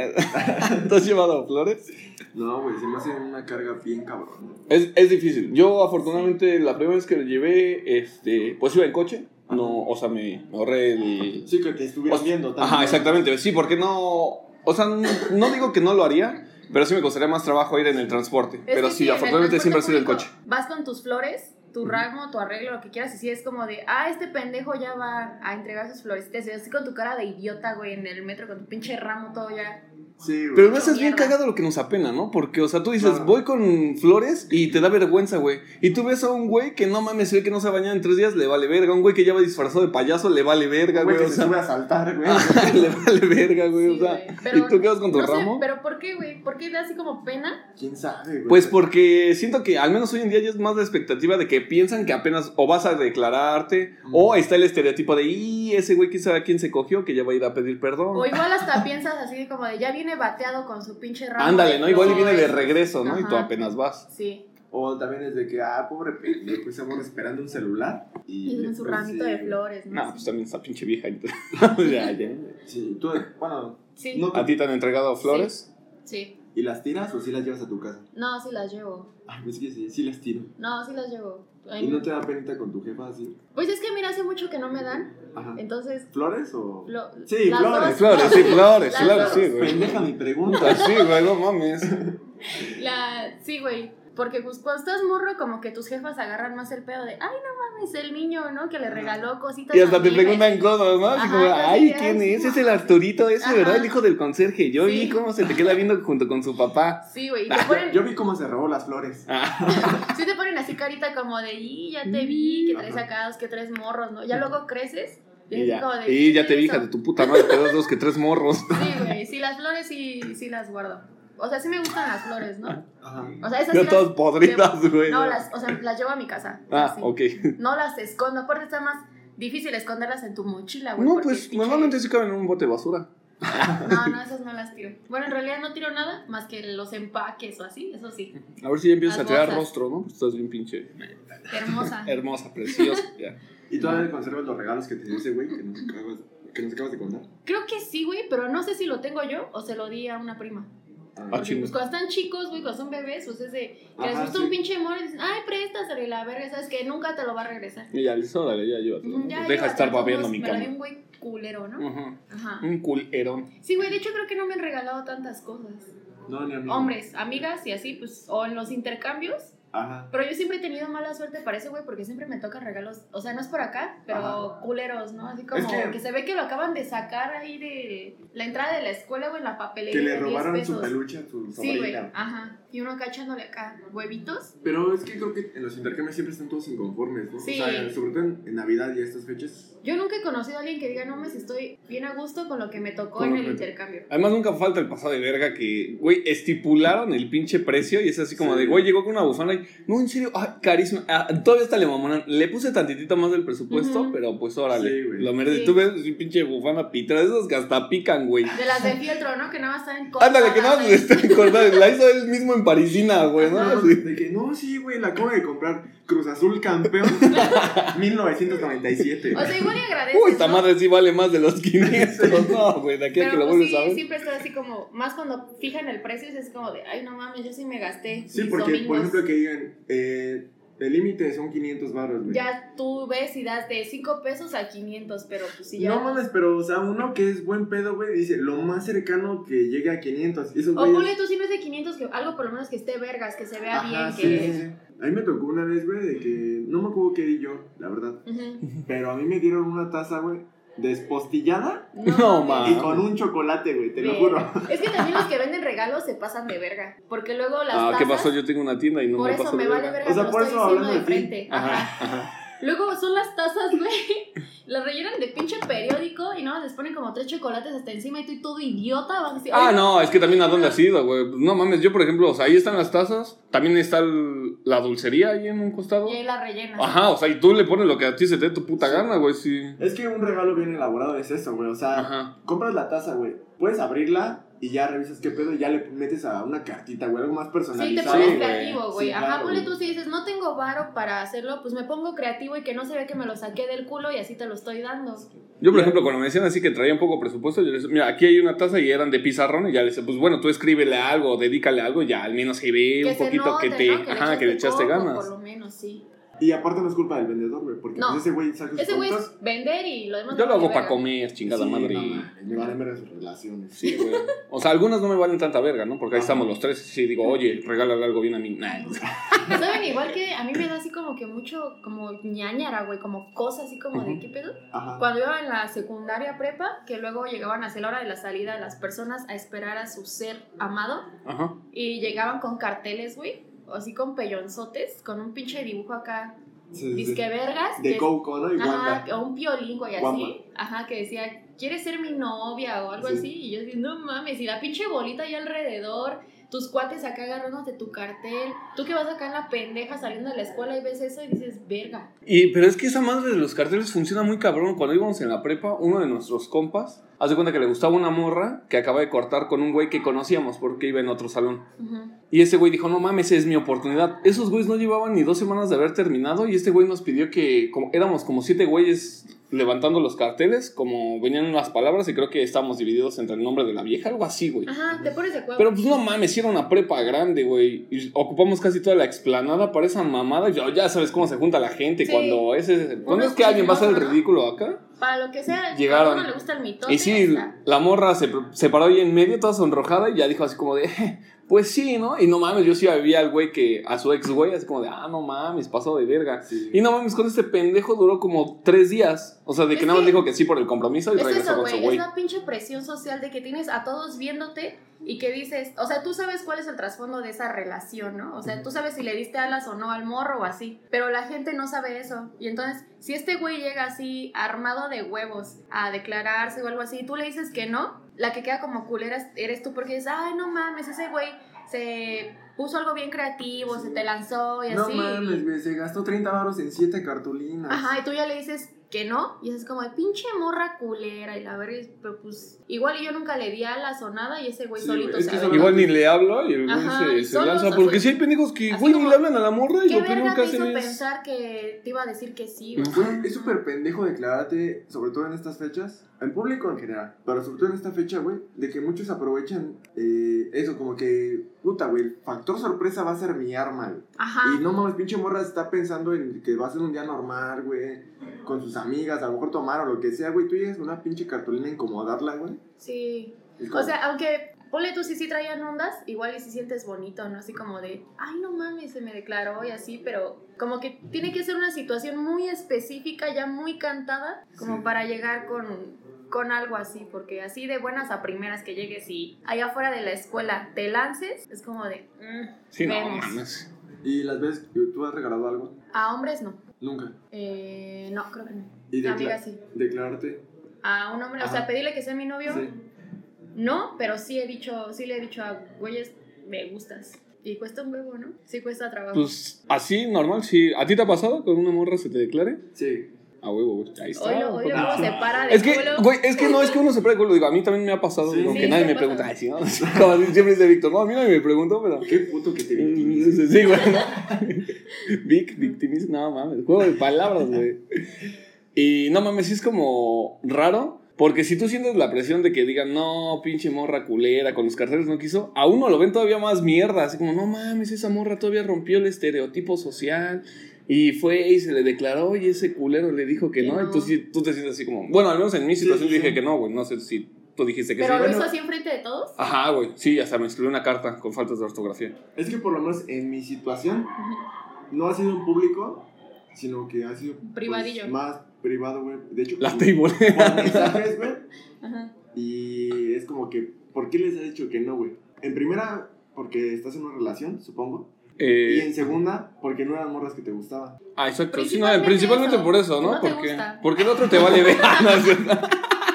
Speaker 1: ¿Tú has llevado flores?
Speaker 2: No, güey, se me hace una carga bien cabrón.
Speaker 1: Es, es difícil. Yo, afortunadamente, la primera vez que lo llevé, este, pues iba en coche. No, o sea, me, me ahorré el.
Speaker 2: Sí, que te estuvieras
Speaker 1: O-
Speaker 2: viendo también.
Speaker 1: Ajá, exactamente. Sí, porque no. O sea, no, no digo que no lo haría, pero sí me costaría más trabajo ir en el transporte.
Speaker 3: Es
Speaker 1: pero
Speaker 3: que
Speaker 1: sí,
Speaker 3: en el
Speaker 1: afortunadamente siempre ha sido
Speaker 3: transporte
Speaker 1: el coche.
Speaker 3: público Vas con tus flores, tu ramo, tu arreglo, lo que quieras, y si es como de, ah, este pendejo ya va a entregar sus florecitas. Y así con tu cara de idiota, güey, en el metro, con tu pinche ramo todo ya.
Speaker 2: Sí, güey.
Speaker 1: Pero a veces es bien
Speaker 3: Mierda.
Speaker 1: cagado lo que nos apena, ¿no? Porque, o sea, tú dices,
Speaker 2: Claro.
Speaker 1: voy con flores y te da vergüenza, güey. Y tú ves a un güey que no mames, se ve que no se ha bañado en tres días, le vale verga. Un güey que ya va disfrazado de payaso, le vale verga, güey.
Speaker 2: Güey, que
Speaker 1: O
Speaker 2: se
Speaker 1: sea,
Speaker 2: sube a saltar, güey.
Speaker 1: [LAUGHS] le vale verga, güey.
Speaker 3: Sí,
Speaker 1: o sea,
Speaker 3: güey, pero-
Speaker 1: ¿y tú quedas con tu
Speaker 3: no sé,
Speaker 1: ramo?
Speaker 3: pero ¿por qué, güey? ¿Por qué da así como pena?
Speaker 2: ¿Quién sabe, güey?
Speaker 1: Pues porque siento que al menos hoy en día ya es más la expectativa de que piensan que apenas o vas a declararte
Speaker 2: Ujú.
Speaker 1: o está el estereotipo de y ese güey quién sabe a quién se cogió que ya va a ir a pedir perdón.
Speaker 3: O igual hasta [LAUGHS] piensas así como de, ya viene bateado con su pinche ramo.
Speaker 1: Ándale,
Speaker 3: de
Speaker 1: ¿no? Igual y viene de
Speaker 3: flores.
Speaker 1: regreso, ¿no? Y tú
Speaker 3: Ajá.
Speaker 1: apenas vas.
Speaker 3: Sí,
Speaker 2: O también es de que, ah, pobre pendejo, pues estamos esperando un celular. Y,
Speaker 3: y con su
Speaker 2: pues,
Speaker 3: ramito
Speaker 2: sí,
Speaker 3: de
Speaker 2: güey.
Speaker 3: flores, ¿no?
Speaker 1: No, pues también está pinche vieja.
Speaker 3: [LAUGHS]
Speaker 1: entonces, ya, ya.
Speaker 2: Sí, tú, bueno,
Speaker 3: Sí,
Speaker 2: no
Speaker 1: ¿A ti te han entregado flores?
Speaker 3: sí.
Speaker 2: ¿Y las tiras o sí las llevas a tu casa?
Speaker 3: No, sí las llevo.
Speaker 2: Ah, pues que sí, sí las tiro.
Speaker 3: No, sí las llevo. Ay,
Speaker 2: ¿Y no
Speaker 3: no.
Speaker 2: te da penita con tu jefa así?
Speaker 3: Pues es que mira, hace mucho que no me dan,
Speaker 2: Ajá.
Speaker 3: entonces
Speaker 2: ¿Flores o...?
Speaker 3: Lo-
Speaker 2: Sí,
Speaker 3: Eh, las
Speaker 2: flores,
Speaker 1: Ah,
Speaker 3: dos-
Speaker 1: Flores, sí, flores,
Speaker 3: Las
Speaker 1: claro,
Speaker 3: dos.
Speaker 1: sí, güey.
Speaker 2: Pendeja mi pregunta.
Speaker 3: [LAUGHS]
Speaker 1: Puta, Sí, güey, no mames.
Speaker 3: la- sí, güey. Porque pues, cuando estás morro, como que tus jefas agarran más el pedo de, ay, no mames, el niño, ¿no? Que le regaló cositas.
Speaker 1: Y hasta te
Speaker 3: horribles".
Speaker 1: preguntan cosas, ¿no? Así
Speaker 3: Ajá,
Speaker 1: como,
Speaker 3: casi
Speaker 1: ay,
Speaker 3: ya,
Speaker 1: ¿quién
Speaker 3: sí,
Speaker 1: es?
Speaker 3: no.
Speaker 1: Es el Arturito ese,
Speaker 3: Ajá.
Speaker 1: ¿verdad? El hijo del conserje. Yo vi
Speaker 3: Sí.
Speaker 1: cómo se te queda viendo junto con su papá.
Speaker 3: Sí, güey. y
Speaker 1: Ah,
Speaker 3: te ponen-
Speaker 2: Yo vi cómo se robó las flores.
Speaker 3: Sí te ponen así carita como de, y ya te vi, que traes
Speaker 2: Ajá.
Speaker 3: acá, dos, que traes morros, ¿no? Ya luego creces.
Speaker 1: Mm, Y
Speaker 3: es como
Speaker 1: ya,
Speaker 3: de,
Speaker 1: y ya te vi,
Speaker 3: "Eso".
Speaker 1: hija de tu puta madre, te das dos que tres
Speaker 3: [LAUGHS]
Speaker 1: morros.
Speaker 3: Sí, güey. Sí, las flores sí, sí las guardo. O sea, sí me gustan las flores, ¿no?
Speaker 2: Ajá.
Speaker 3: O sea, esas sí
Speaker 1: Yo
Speaker 3: las-
Speaker 1: todas podridas, güey.
Speaker 3: No, las, o sea, las llevo a mi casa.
Speaker 1: Ah,
Speaker 3: así.
Speaker 1: ok.
Speaker 3: No las escondo, aparte está más difícil esconderlas en tu mochila, güey.
Speaker 1: No,
Speaker 3: porque
Speaker 1: pues
Speaker 3: pinche-
Speaker 1: normalmente sí caben en un bote de basura.
Speaker 3: No, no, esas no las tiro. Bueno, en realidad no tiro nada más que los empaques o así, eso sí.
Speaker 1: A ver si ya empiezas
Speaker 3: Las
Speaker 1: a tirar
Speaker 3: bolsas.
Speaker 1: rostro, ¿no? Pues estás bien pinche. [LAUGHS]
Speaker 3: Hermosa.
Speaker 1: Hermosa, preciosa. ya.
Speaker 2: ¿Y todavía conservas los regalos que te dio ese güey que nos acabas, que nos acabas de contar?
Speaker 3: Creo que sí, güey, pero no sé si lo tengo yo o se lo di a una prima.
Speaker 1: Ah,
Speaker 3: Porque,
Speaker 1: chinga.
Speaker 3: pues, cuando están chicos, güey, cuando son bebés, pues es de que les
Speaker 2: Ajá,
Speaker 3: gusta
Speaker 2: sí.
Speaker 3: un pinche amor y dicen, ay, préstaselo y la verga, sabes que nunca te lo va a regresar.
Speaker 1: Y ya, listo, órale, ya llévatelo.
Speaker 3: Ujú, ya,
Speaker 1: Deja
Speaker 3: ya,
Speaker 1: estar
Speaker 3: de todos
Speaker 1: babeando
Speaker 3: modos,
Speaker 1: mi
Speaker 3: me la
Speaker 1: cama.
Speaker 3: dio un güey culero, ¿no?
Speaker 1: Ajá.
Speaker 3: Ajá.
Speaker 1: Un culerón.
Speaker 3: Sí, güey, de hecho creo que no me han regalado tantas cosas.
Speaker 2: No, ni a mí.
Speaker 3: Hombres, amigas y así, pues, o en los intercambios.
Speaker 2: Ajá.
Speaker 3: Pero yo siempre he tenido mala suerte para eso, güey, porque siempre me tocan regalos, o sea, no es por acá, pero
Speaker 2: Ajá.
Speaker 3: culeros, ¿no? Así como
Speaker 2: Es que-
Speaker 3: que... se ve que lo acaban de sacar ahí de la entrada de la escuela, güey, en la
Speaker 2: Que
Speaker 3: papelería.
Speaker 2: le
Speaker 3: de 10
Speaker 2: robaron su
Speaker 3: Eh, pesos.
Speaker 2: peluche a su
Speaker 3: Sí, güey,
Speaker 2: sobrina.
Speaker 3: ajá. Y uno acá echándole acá huevitos.
Speaker 2: Pero es que creo que en los intercambios siempre están todos inconformes, ¿no?
Speaker 3: Sí.
Speaker 2: O sea, sobre todo en, en Navidad y estas fechas.
Speaker 3: Yo nunca he conocido a alguien que diga, no, mames, estoy bien a gusto con lo que me tocó
Speaker 1: Con
Speaker 3: en
Speaker 1: lo
Speaker 3: el
Speaker 1: que-
Speaker 3: intercambio.
Speaker 1: Además, nunca falta el pasado de verga que, güey, estipularon el pinche precio y es así como
Speaker 2: Sí.
Speaker 1: de, güey, llegó con una bufanda y, no, en serio, ah, carísima. Ah, todavía hasta le mamonan. Le puse tantitito más del presupuesto,
Speaker 3: Ujú.
Speaker 1: pero pues órale.
Speaker 2: Sí, güey.
Speaker 1: lo merece.
Speaker 3: Sí.
Speaker 1: Tú ves su pinche bufanda pitra, de esas que hasta pican, güey.
Speaker 3: De las de fieltro, ¿no? Que nada más saben cosas.
Speaker 1: Ándale, que nada, pues está cortada. La hizo él mismo en Parisina, güey, ¿no?
Speaker 2: No,
Speaker 1: Así.
Speaker 2: de que no, sí, güey, la acabo de comprar Cruz Azul
Speaker 3: [LAUGHS]
Speaker 2: campeón 1997.
Speaker 3: O sea, igual y agradeces.
Speaker 1: Uy, esta
Speaker 3: ¿no?
Speaker 1: madre sí vale más de los 500. [LAUGHS] No, güey, de aquí a
Speaker 3: Pero
Speaker 1: que lo
Speaker 3: pues,
Speaker 1: vuelves
Speaker 3: sí,
Speaker 1: a ver.
Speaker 3: siempre está así como, más cuando fijan el precio, es como de, ay, no mames, yo sí me gasté.
Speaker 2: sí,
Speaker 3: mis
Speaker 2: porque, por
Speaker 3: domingos".
Speaker 2: ejemplo, que digan, eh, el límite son 500 barros, güey.
Speaker 3: Ya tú ves y das de 5 pesos a 500, pero pues sí, ya.
Speaker 2: No mames, pero, o sea, uno que es buen pedo, güey, dice lo más cercano que llegue a 500. Esos
Speaker 3: o
Speaker 2: güeyes.
Speaker 3: ponle tú si no es de 500, que algo por lo menos que esté vergas, que se vea
Speaker 2: Ajá,
Speaker 3: bien,
Speaker 2: sí,
Speaker 3: que.
Speaker 2: sí, sí. A mí me tocó una vez, güey, de que no me acuerdo qué di yo, la verdad.
Speaker 3: Ujú.
Speaker 2: Pero a mí me dieron una taza, güey, despostillada
Speaker 1: [LAUGHS] No,
Speaker 3: mames.
Speaker 2: y con un chocolate, güey, te lo
Speaker 3: Ve.
Speaker 2: juro.
Speaker 3: Es que también los que venden regalos se pasan de verga. Porque luego las.
Speaker 1: Ah, ¿qué
Speaker 3: tazas-
Speaker 1: pasó? Yo tengo una tienda y no
Speaker 3: por
Speaker 1: me
Speaker 3: eso
Speaker 1: pasó
Speaker 3: me
Speaker 1: de
Speaker 3: vale
Speaker 1: verga.
Speaker 3: verga.
Speaker 2: O sea,
Speaker 3: te lo
Speaker 2: por
Speaker 3: estoy
Speaker 2: eso
Speaker 3: diciendo
Speaker 2: hablando
Speaker 3: de
Speaker 2: de ti.
Speaker 3: frente. Ajá.
Speaker 1: Ajá, ajá.
Speaker 3: Luego son las tazas, güey. [LAUGHS] Las rellenan de pinche periódico y nada más les ponen como tres chocolates hasta encima y tú todo idiota vas a decir.
Speaker 1: Ah,
Speaker 3: "Oye,
Speaker 1: no, es que también a dónde has ido, güey. No mames, yo por ejemplo, o sea, ahí están las tazas, también está el- la dulcería ahí en un costado.
Speaker 3: Y ahí las rellenan.
Speaker 1: Ajá, o sea, y tú le pones lo que a ti se te dé tu puta
Speaker 2: Sí.
Speaker 1: gana, güey, sí.
Speaker 2: Es que un regalo bien elaborado es eso, güey. O sea,
Speaker 1: Ajá.
Speaker 2: compras la taza, güey, puedes abrirla y ya revisas qué pedo y ya le metes a una cartita, güey, algo más
Speaker 3: Sí, te
Speaker 2: personalizado.
Speaker 3: pones
Speaker 1: güey.
Speaker 3: creativo, güey.
Speaker 2: Sí,
Speaker 3: Ajá,
Speaker 2: claro,
Speaker 3: ponle
Speaker 2: güey.
Speaker 3: tú si dices, no tengo varo para hacerlo, pues me pongo creativo y que no se vea que me lo saqué del culo y así te lo estoy dando.
Speaker 1: Yo, por
Speaker 2: Ya.
Speaker 1: ejemplo, cuando me decían así que traían poco presupuesto, yo les decía, mira, aquí hay una taza y eran de pizarrón y ya les decía, pues bueno, tú escríbele algo, dedícale algo, ya al menos se ve
Speaker 3: Que
Speaker 1: un
Speaker 3: se
Speaker 1: poquito que
Speaker 3: note,
Speaker 1: te,
Speaker 3: ¿no?
Speaker 1: ajá, que le echaste
Speaker 3: coco,
Speaker 1: ganas.
Speaker 3: Por lo menos, sí.
Speaker 2: Y aparte no es culpa del vendedor, güey, porque
Speaker 3: No.
Speaker 2: pues, ese güey saca sus
Speaker 3: Ese güey
Speaker 2: productos.
Speaker 3: es vender y lo demás.
Speaker 1: Yo
Speaker 3: no
Speaker 1: lo hago
Speaker 3: vale
Speaker 1: para
Speaker 3: verga.
Speaker 1: comer, chingada
Speaker 2: Sí,
Speaker 1: madre.
Speaker 2: no mames, me valen ver sus relaciones.
Speaker 1: Sí, güey. O sea, algunas no me valen tanta verga, ¿no? Porque ahí
Speaker 2: Ajá.
Speaker 1: estamos los tres. Sí, digo, oye, regálale algo bien a mí. Nah, no sé.
Speaker 3: Pues ¿Saben? Igual que a mí me da así como que mucho, como ñañara, güey, como cosa así como de
Speaker 1: Ujú.
Speaker 3: qué pedo.
Speaker 2: Ajá.
Speaker 3: Cuando iba en la secundaria prepa, que luego llegaban a ser la hora de la salida de las personas a esperar a su ser amado
Speaker 1: Ajá.
Speaker 3: y llegaban con carteles, güey, o así con pellonzotes, con un pinche dibujo acá,
Speaker 2: Sí, sí, sí.
Speaker 3: disque vergas.
Speaker 2: De
Speaker 3: que-
Speaker 2: Coco, ¿no? Y
Speaker 3: Ajá,
Speaker 2: Wanda.
Speaker 3: o un piolín, güey,
Speaker 2: Guamba.
Speaker 3: así. Ajá, que decía, ¿quieres ser mi novia o algo
Speaker 2: Sí.
Speaker 3: así? Y yo decía, no mames, y la pinche bolita ahí alrededor, tus cuates acá agarrándote tu cartel, tú que vas acá en la pendeja saliendo de la escuela y ves eso y dices, verga.
Speaker 1: Y, pero es que esa madre de los carteles funciona muy cabrón. Cuando íbamos en la prepa, uno de nuestros compas hace cuenta que le gustaba una morra que acaba de cortar con un güey que conocíamos porque iba en otro salón.
Speaker 3: Ujú.
Speaker 1: Y ese güey dijo, no mames, es mi oportunidad. Esos güeyes no llevaban ni dos semanas de haber terminado y este güey nos pidió que como, éramos como siete güeyes levantando los carteles, como venían las palabras y creo que estábamos divididos entre el nombre de la vieja, algo así, güey.
Speaker 3: Ajá, te pones de acuerdo.
Speaker 1: Pero pues no mames, sí era una prepa grande, güey. Y ocupamos casi toda la explanada para esa mamada. Ya, ya sabes cómo se junta la gente
Speaker 3: Sí.
Speaker 1: cuando ese, cuando es que
Speaker 3: Unos
Speaker 1: alguien va a hacer el
Speaker 3: chismosos, ¿no?
Speaker 1: ridículo acá.
Speaker 3: Para lo que sea,
Speaker 1: Llegaron.
Speaker 3: a uno le gusta el mitote.
Speaker 1: Y sí,
Speaker 3: hasta-
Speaker 1: la morra se, se paró ahí en medio, toda sonrojada, y ya dijo así como de, [LAUGHS] "Eh, pues sí, ¿no? Y no mames, yo sí había al güey que, a su ex güey, así como de, ah, no mames, pasó de verga.
Speaker 2: Sí.
Speaker 1: Y no mames, con este pendejo duró como tres días. O sea, de que
Speaker 3: Es
Speaker 1: nada más
Speaker 3: que-
Speaker 1: dijo que sí por el compromiso y
Speaker 3: Es
Speaker 1: regresó
Speaker 3: eso,
Speaker 1: con su
Speaker 3: güey, es
Speaker 1: güey.
Speaker 3: la pinche presión social de que tienes a todos viéndote y que dices, o sea, tú sabes cuál es el trasfondo de esa relación, ¿no? O sea, tú sabes si le diste alas o no al morro o así, pero la gente no sabe eso. Y entonces, si este güey llega así armado de huevos a declararse o algo así, y tú le dices que no, la que queda como culera es- eres tú porque dices, ay, no mames, ese güey se puso algo bien creativo,
Speaker 2: Sí.
Speaker 3: se te lanzó y
Speaker 2: No
Speaker 3: así.
Speaker 2: mames, güey, se gastó 30 baros en 7 cartulinas.
Speaker 3: Ajá, y tú ya le dices, que no. Y es como de pinche morra culera y la verga. y- Pero pues igual yo nunca le di a la sonada y ese güey
Speaker 2: Sí,
Speaker 3: solito
Speaker 2: güey, es
Speaker 3: se
Speaker 2: que
Speaker 3: aventó.
Speaker 2: solo-
Speaker 1: Igual ni le habla y el güey
Speaker 3: Ajá,
Speaker 1: se-
Speaker 3: y
Speaker 1: se,
Speaker 3: solos,
Speaker 1: lanza.
Speaker 3: así.
Speaker 1: Porque sí hay pendejos que,
Speaker 3: Así
Speaker 1: güey, ni
Speaker 3: como,
Speaker 1: le hablan a la morra y
Speaker 3: ¿Qué
Speaker 1: lo que
Speaker 3: verga
Speaker 1: nunca
Speaker 3: te hizo
Speaker 1: hacen es.
Speaker 3: pensar que te iba a decir que sí, güey?
Speaker 2: Güey, es súper pendejo declararte, sobre todo en estas fechas, en público en general, pero sobre todo en esta fecha, güey, de que muchos aprovechan eh, eso, como que, puta, güey, el factor sorpresa va a ser mi arma, güey.
Speaker 3: Ajá.
Speaker 2: Y no mames, pinche morra está pensando en que va a ser un día normal, güey, con sus amigas, a lo mejor tomar o lo que sea, güey, tú llegas con una pinche cartulina a incomodarla, güey.
Speaker 3: Sí.
Speaker 2: Es como-
Speaker 3: O sea, aunque ponle tú si sí traían ondas, igual y si sientes bonito, ¿no? Así como de, ay, no mames, se me declaró y así, pero como que tiene que ser una situación muy específica, ya muy cantada, como
Speaker 2: Sí.
Speaker 3: para llegar con, con algo así, porque así de buenas a primeras que llegues y allá afuera de la escuela te lances, es como de, mm,
Speaker 1: Sí, no,
Speaker 3: vemos.
Speaker 1: mames.
Speaker 2: y las veces que tú has regalado algo,
Speaker 3: A hombres no.
Speaker 2: nunca.
Speaker 3: Eh, no, creo que no.
Speaker 2: Y
Speaker 3: A
Speaker 2: decla-
Speaker 3: amigas sí.
Speaker 2: declararte,
Speaker 3: A un hombre, o
Speaker 2: Ajá.
Speaker 3: sea, pedirle que sea mi novio.
Speaker 2: sí.
Speaker 3: No, pero sí he dicho, sí le he dicho a güeyes, me gustas. Y cuesta un huevo, ¿no? Sí cuesta trabajo.
Speaker 1: Pues así, normal, sí. ¿A ti te ha pasado que una morra se te declare?
Speaker 2: Sí.
Speaker 1: A huevo, güey. Ahí está.
Speaker 3: hoy lo, hoy lo
Speaker 1: porque-
Speaker 3: como se para de
Speaker 1: pues, Es que,
Speaker 3: culo.
Speaker 1: güey, es que no, es que uno se pone el culo. Digo, a mí también me ha pasado,
Speaker 2: Sí.
Speaker 1: digo, aunque
Speaker 3: Sí,
Speaker 1: nadie
Speaker 3: sí,
Speaker 1: me
Speaker 3: pasa.
Speaker 1: pregunta. Ay, sí, no, como siempre dice Víctor, no, a mí nadie me preguntó, pero.
Speaker 2: Qué puto que te victimices.
Speaker 1: Sí, güey, ¿no? Vic, victimiz, no mames, juego de palabras, güey. Y no mames, sí es como raro, porque si tú sientes la presión de que digan, no, pinche morra culera, con los carteles no quiso, a uno lo ven todavía más mierda, así como, no mames, esa morra todavía rompió el estereotipo social. Y fue y se le declaró y ese culero le dijo que
Speaker 3: Que
Speaker 1: no.
Speaker 3: no.
Speaker 1: Entonces tú te sientes así como, bueno, al menos en mi situación
Speaker 2: sí,
Speaker 1: dije
Speaker 2: sí.
Speaker 1: que no, güey, no sé si tú dijiste que
Speaker 3: pero
Speaker 1: sí.
Speaker 3: lo
Speaker 1: Bueno,
Speaker 3: hizo así enfrente de todos.
Speaker 1: Ajá, güey, sí, hasta me escribió una carta con faltas de ortografía.
Speaker 2: Es que por lo menos en mi situación
Speaker 3: Ujú.
Speaker 2: no ha sido en público, sino que ha sido pues,
Speaker 3: Privadillo.
Speaker 2: más privado, güey. De hecho,
Speaker 1: La
Speaker 2: por-
Speaker 1: table.
Speaker 2: por [LAUGHS] mensajes, güey.
Speaker 3: Ajá.
Speaker 2: Y es como que, ¿por qué les has dicho que no, güey? En primera, porque estás en una relación, supongo. Y
Speaker 1: Eh,
Speaker 2: en segunda, porque no eran morras que te gustaban.
Speaker 1: ah, exacto. Sí, no,
Speaker 3: Principalmente
Speaker 1: principalmente
Speaker 3: eso.
Speaker 1: por eso, ¿no?
Speaker 3: No te
Speaker 1: porque,
Speaker 3: gusta.
Speaker 1: porque el otro te vale ver. [LAUGHS] No, es cierto.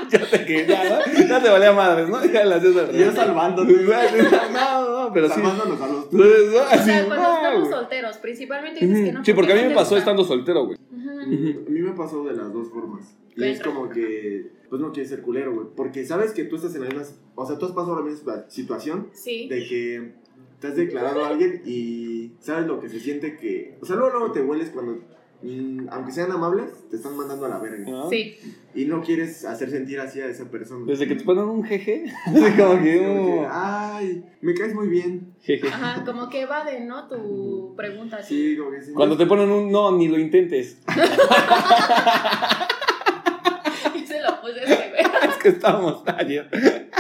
Speaker 1: ya te que ya, ¿no? Ya te vale a madres, ¿no? Ya la haces al
Speaker 2: Y yo
Speaker 1: revés.
Speaker 2: [LAUGHS] salvándote.
Speaker 1: [LAUGHS] No, no, pero sí.
Speaker 2: salvándonos a los dos.
Speaker 1: Entonces, ah,
Speaker 3: O sea,
Speaker 1: sí,
Speaker 3: cuando
Speaker 1: no,
Speaker 3: estamos
Speaker 1: güey.
Speaker 3: solteros, principalmente dices que
Speaker 1: Ujú.
Speaker 3: no.
Speaker 1: Sí, porque a mí
Speaker 3: no
Speaker 1: me
Speaker 3: te
Speaker 1: pasó
Speaker 3: gusta.
Speaker 1: estando soltero, güey.
Speaker 3: Ujú.
Speaker 1: Ujú.
Speaker 2: A mí me pasó de las dos formas. Y es como que, pues no quieres ser culero, güey. Porque sabes que tú estás en la misma. O sea, tú has pasado la misma situación
Speaker 3: Sí.
Speaker 2: de que te has declarado a alguien y sabes lo que se siente que. O sea, luego, luego te hueles cuando. mm, aunque sean amables, te están mandando a la verga.
Speaker 1: ¿No?
Speaker 3: Sí.
Speaker 2: Y no quieres hacer sentir así a esa persona.
Speaker 1: Desde que te ponen un jeje, [LAUGHS] así como que.
Speaker 2: Como que, oh.
Speaker 1: uh,
Speaker 3: ah.
Speaker 2: Ay, me caes muy bien.
Speaker 1: jeje.
Speaker 3: Ajá, como que evade, ¿no? Tu pregunta así.
Speaker 2: Sí, como que sí.
Speaker 1: Cuando te ponen un no, ni lo intentes.
Speaker 3: [LAUGHS] Se lo puse a este güey.
Speaker 1: [LAUGHS] Es que estábamos ayer. [LAUGHS]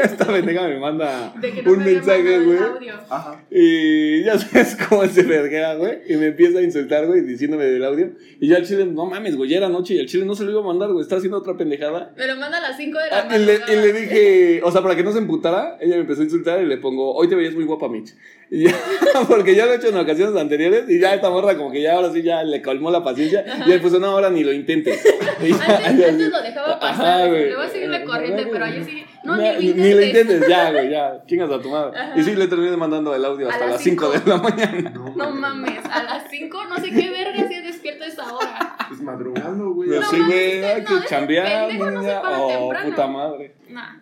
Speaker 1: Esta pendeja me manda
Speaker 3: De que no
Speaker 1: un
Speaker 3: me había
Speaker 1: mensaje,
Speaker 3: mandado el
Speaker 1: güey.
Speaker 3: audio.
Speaker 2: Ajá.
Speaker 1: Y ya [LAUGHS] sabes cómo se verguea, güey. Y me empieza a insultar, güey, diciéndome del audio. Y yo al chile, no mames, güey, ya era noche y al chile no se lo iba a mandar, güey, está haciendo otra pendejada.
Speaker 3: Me lo manda a las 5 de la
Speaker 1: Ah, y, le,
Speaker 3: madrugada.
Speaker 1: y le dije, o sea, para que no se emputara, ella me empezó a insultar y le pongo, hoy te veías muy guapa, Mitch. Y ya, [LAUGHS] porque ya lo he hecho en ocasiones anteriores y ya esta morra como que ya ahora sí ya le colmó la paciencia. Y él puso, no, ahora ni lo intentes. Y ya,
Speaker 3: [LAUGHS] Antes,
Speaker 1: ya
Speaker 3: antes
Speaker 1: sí.
Speaker 3: lo dejaba
Speaker 1: Ajá,
Speaker 3: pasar,
Speaker 1: güey.
Speaker 3: le voy a seguir la corriente, pero ayer sí. No,
Speaker 1: Ya,
Speaker 3: ni,
Speaker 1: ni lo
Speaker 3: le
Speaker 1: intentes, ya, güey, ya, chingas a tu madre.
Speaker 3: Ajá.
Speaker 1: Y sí, le terminé mandando el audio
Speaker 3: A
Speaker 1: hasta
Speaker 3: las
Speaker 1: las 5 de
Speaker 3: cinco.
Speaker 1: la mañana.
Speaker 3: No mames, a las 5, no sé qué verga si despierto a esa hora.
Speaker 2: Pues madrugando, güey.
Speaker 1: Yo
Speaker 3: No
Speaker 1: sí,
Speaker 3: mames,
Speaker 1: güey,
Speaker 3: usted
Speaker 1: hay
Speaker 3: no,
Speaker 1: que
Speaker 3: ese
Speaker 1: chambear,
Speaker 3: pendejo no se
Speaker 1: niña.
Speaker 3: para
Speaker 1: Oh,
Speaker 3: temprano.
Speaker 1: puta madre.
Speaker 3: Nah.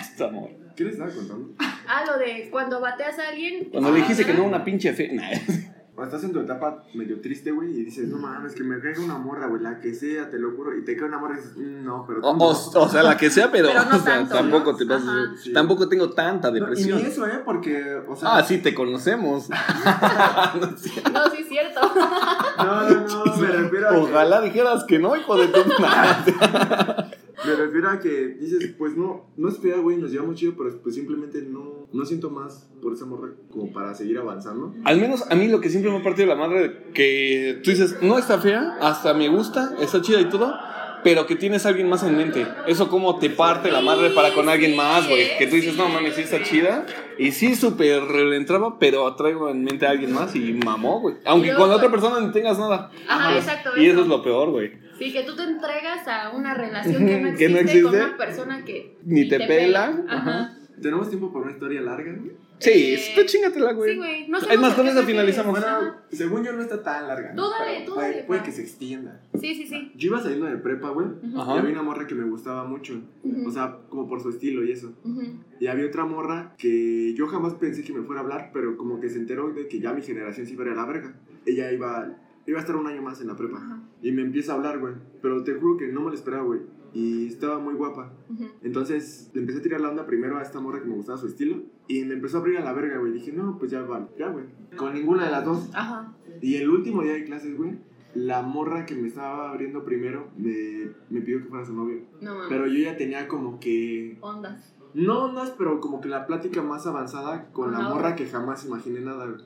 Speaker 1: Esta amor.
Speaker 2: ¿Qué les estaba contando?
Speaker 3: Ah, lo de cuando bateas a alguien.
Speaker 1: Cuando le dijiste que no, una pinche fe. Nah.
Speaker 2: O estás en tu etapa medio triste, güey, y dices,
Speaker 3: Mm.
Speaker 2: no mames, que me caiga una morra, güey, la que sea, te lo juro. Y te cae una morra y dices, "Mm, no, pero.
Speaker 1: O,
Speaker 2: tú no".
Speaker 1: o- o sea, la que sea, pero,
Speaker 3: Pero no
Speaker 1: o sea,
Speaker 3: tanto,
Speaker 1: tampoco
Speaker 3: ¿no?
Speaker 1: te pases.
Speaker 3: Ajá.
Speaker 2: Sí.
Speaker 1: Tampoco tengo tanta
Speaker 2: No, y
Speaker 1: depresión.
Speaker 2: ni eso, ¿eh? Porque, o sea.
Speaker 1: Ah, sí, te conocemos. No sé.
Speaker 3: Ah, No, sí, es cierto.
Speaker 2: No,
Speaker 1: [LAUGHS]
Speaker 2: no, no, me refiero a. que-
Speaker 1: Ojalá dijeras que no, hijo de
Speaker 3: [LAUGHS]
Speaker 1: tu madre.
Speaker 2: Me refiero a que dices, pues no, no es fea, güey, nos llevamos chido, pero pues simplemente no, no siento más por esa morra como para seguir avanzando.
Speaker 1: Al menos a mí lo que siempre me ha partido la madre, que tú dices, no está fea, hasta me gusta, está chida y todo, pero que tienes a alguien más en mente. Eso como te parte la madre para con alguien más, güey. Que tú dices, no mames, sí está chida. Y sí, súper le entraba, pero traigo en mente a alguien más y mamó, güey.
Speaker 3: Y
Speaker 1: Aunque
Speaker 3: luego
Speaker 1: con la otra
Speaker 3: con-
Speaker 1: persona no tengas nada.
Speaker 3: Ajá, exacto.
Speaker 1: Y eso es lo peor, güey.
Speaker 3: Sí, que tú te entregas a una relación que
Speaker 1: [LAUGHS]
Speaker 3: no
Speaker 1: Que
Speaker 3: existe,
Speaker 1: no
Speaker 3: con
Speaker 1: existe.
Speaker 3: una persona que.
Speaker 1: Ni te pela.
Speaker 3: Ajá.
Speaker 2: Tenemos tiempo para una historia larga, güey.
Speaker 1: Sí,
Speaker 3: Eh,
Speaker 1: tú chingatela, güey.
Speaker 3: Sí, güey. No sé
Speaker 1: Es más,
Speaker 3: por
Speaker 1: con
Speaker 3: qué
Speaker 1: esa
Speaker 3: prefieres.
Speaker 1: finalizamos.
Speaker 2: Bueno,
Speaker 3: Ajá.
Speaker 2: según yo no está tan larga. ¿no?
Speaker 3: Tú dale,
Speaker 2: Pero
Speaker 3: tú
Speaker 2: puede,
Speaker 3: dale,
Speaker 2: puede
Speaker 3: va.
Speaker 2: que se extienda.
Speaker 3: Sí, sí, sí.
Speaker 2: Yo iba saliendo de prepa, güey.
Speaker 3: Ujú,
Speaker 1: Ajá.
Speaker 2: Y había una morra que me gustaba mucho.
Speaker 3: ujú,
Speaker 2: O sea, como por su estilo y eso.
Speaker 3: ujú.
Speaker 2: Y había otra morra que yo jamás pensé que me fuera a hablar, pero como que se enteró de que ya mi generación se iba a ir a la verga. Ella iba, iba a estar un año más en la prepa.
Speaker 3: Ajá,
Speaker 2: Y me empieza a hablar, güey. Pero te juro que no me lo esperaba, güey. Y estaba muy guapa.
Speaker 3: ujú.
Speaker 2: Entonces le empecé a tirar la onda primero a esta morra que me gustaba su estilo. Y me empezó a abrir a la verga, güey. Dije, no, pues ya vale, ya, güey. Con ninguna de las dos.
Speaker 3: Ajá.
Speaker 2: Y el último día de clases, güey, la morra que me estaba abriendo primero me, me pidió que fuera su novio.
Speaker 3: No mames.
Speaker 2: Pero yo ya tenía como que.
Speaker 3: Ondas.
Speaker 2: No ondas, pero como que la plática más avanzada con la
Speaker 3: Ajá.
Speaker 2: morra que jamás imaginé nada, güey.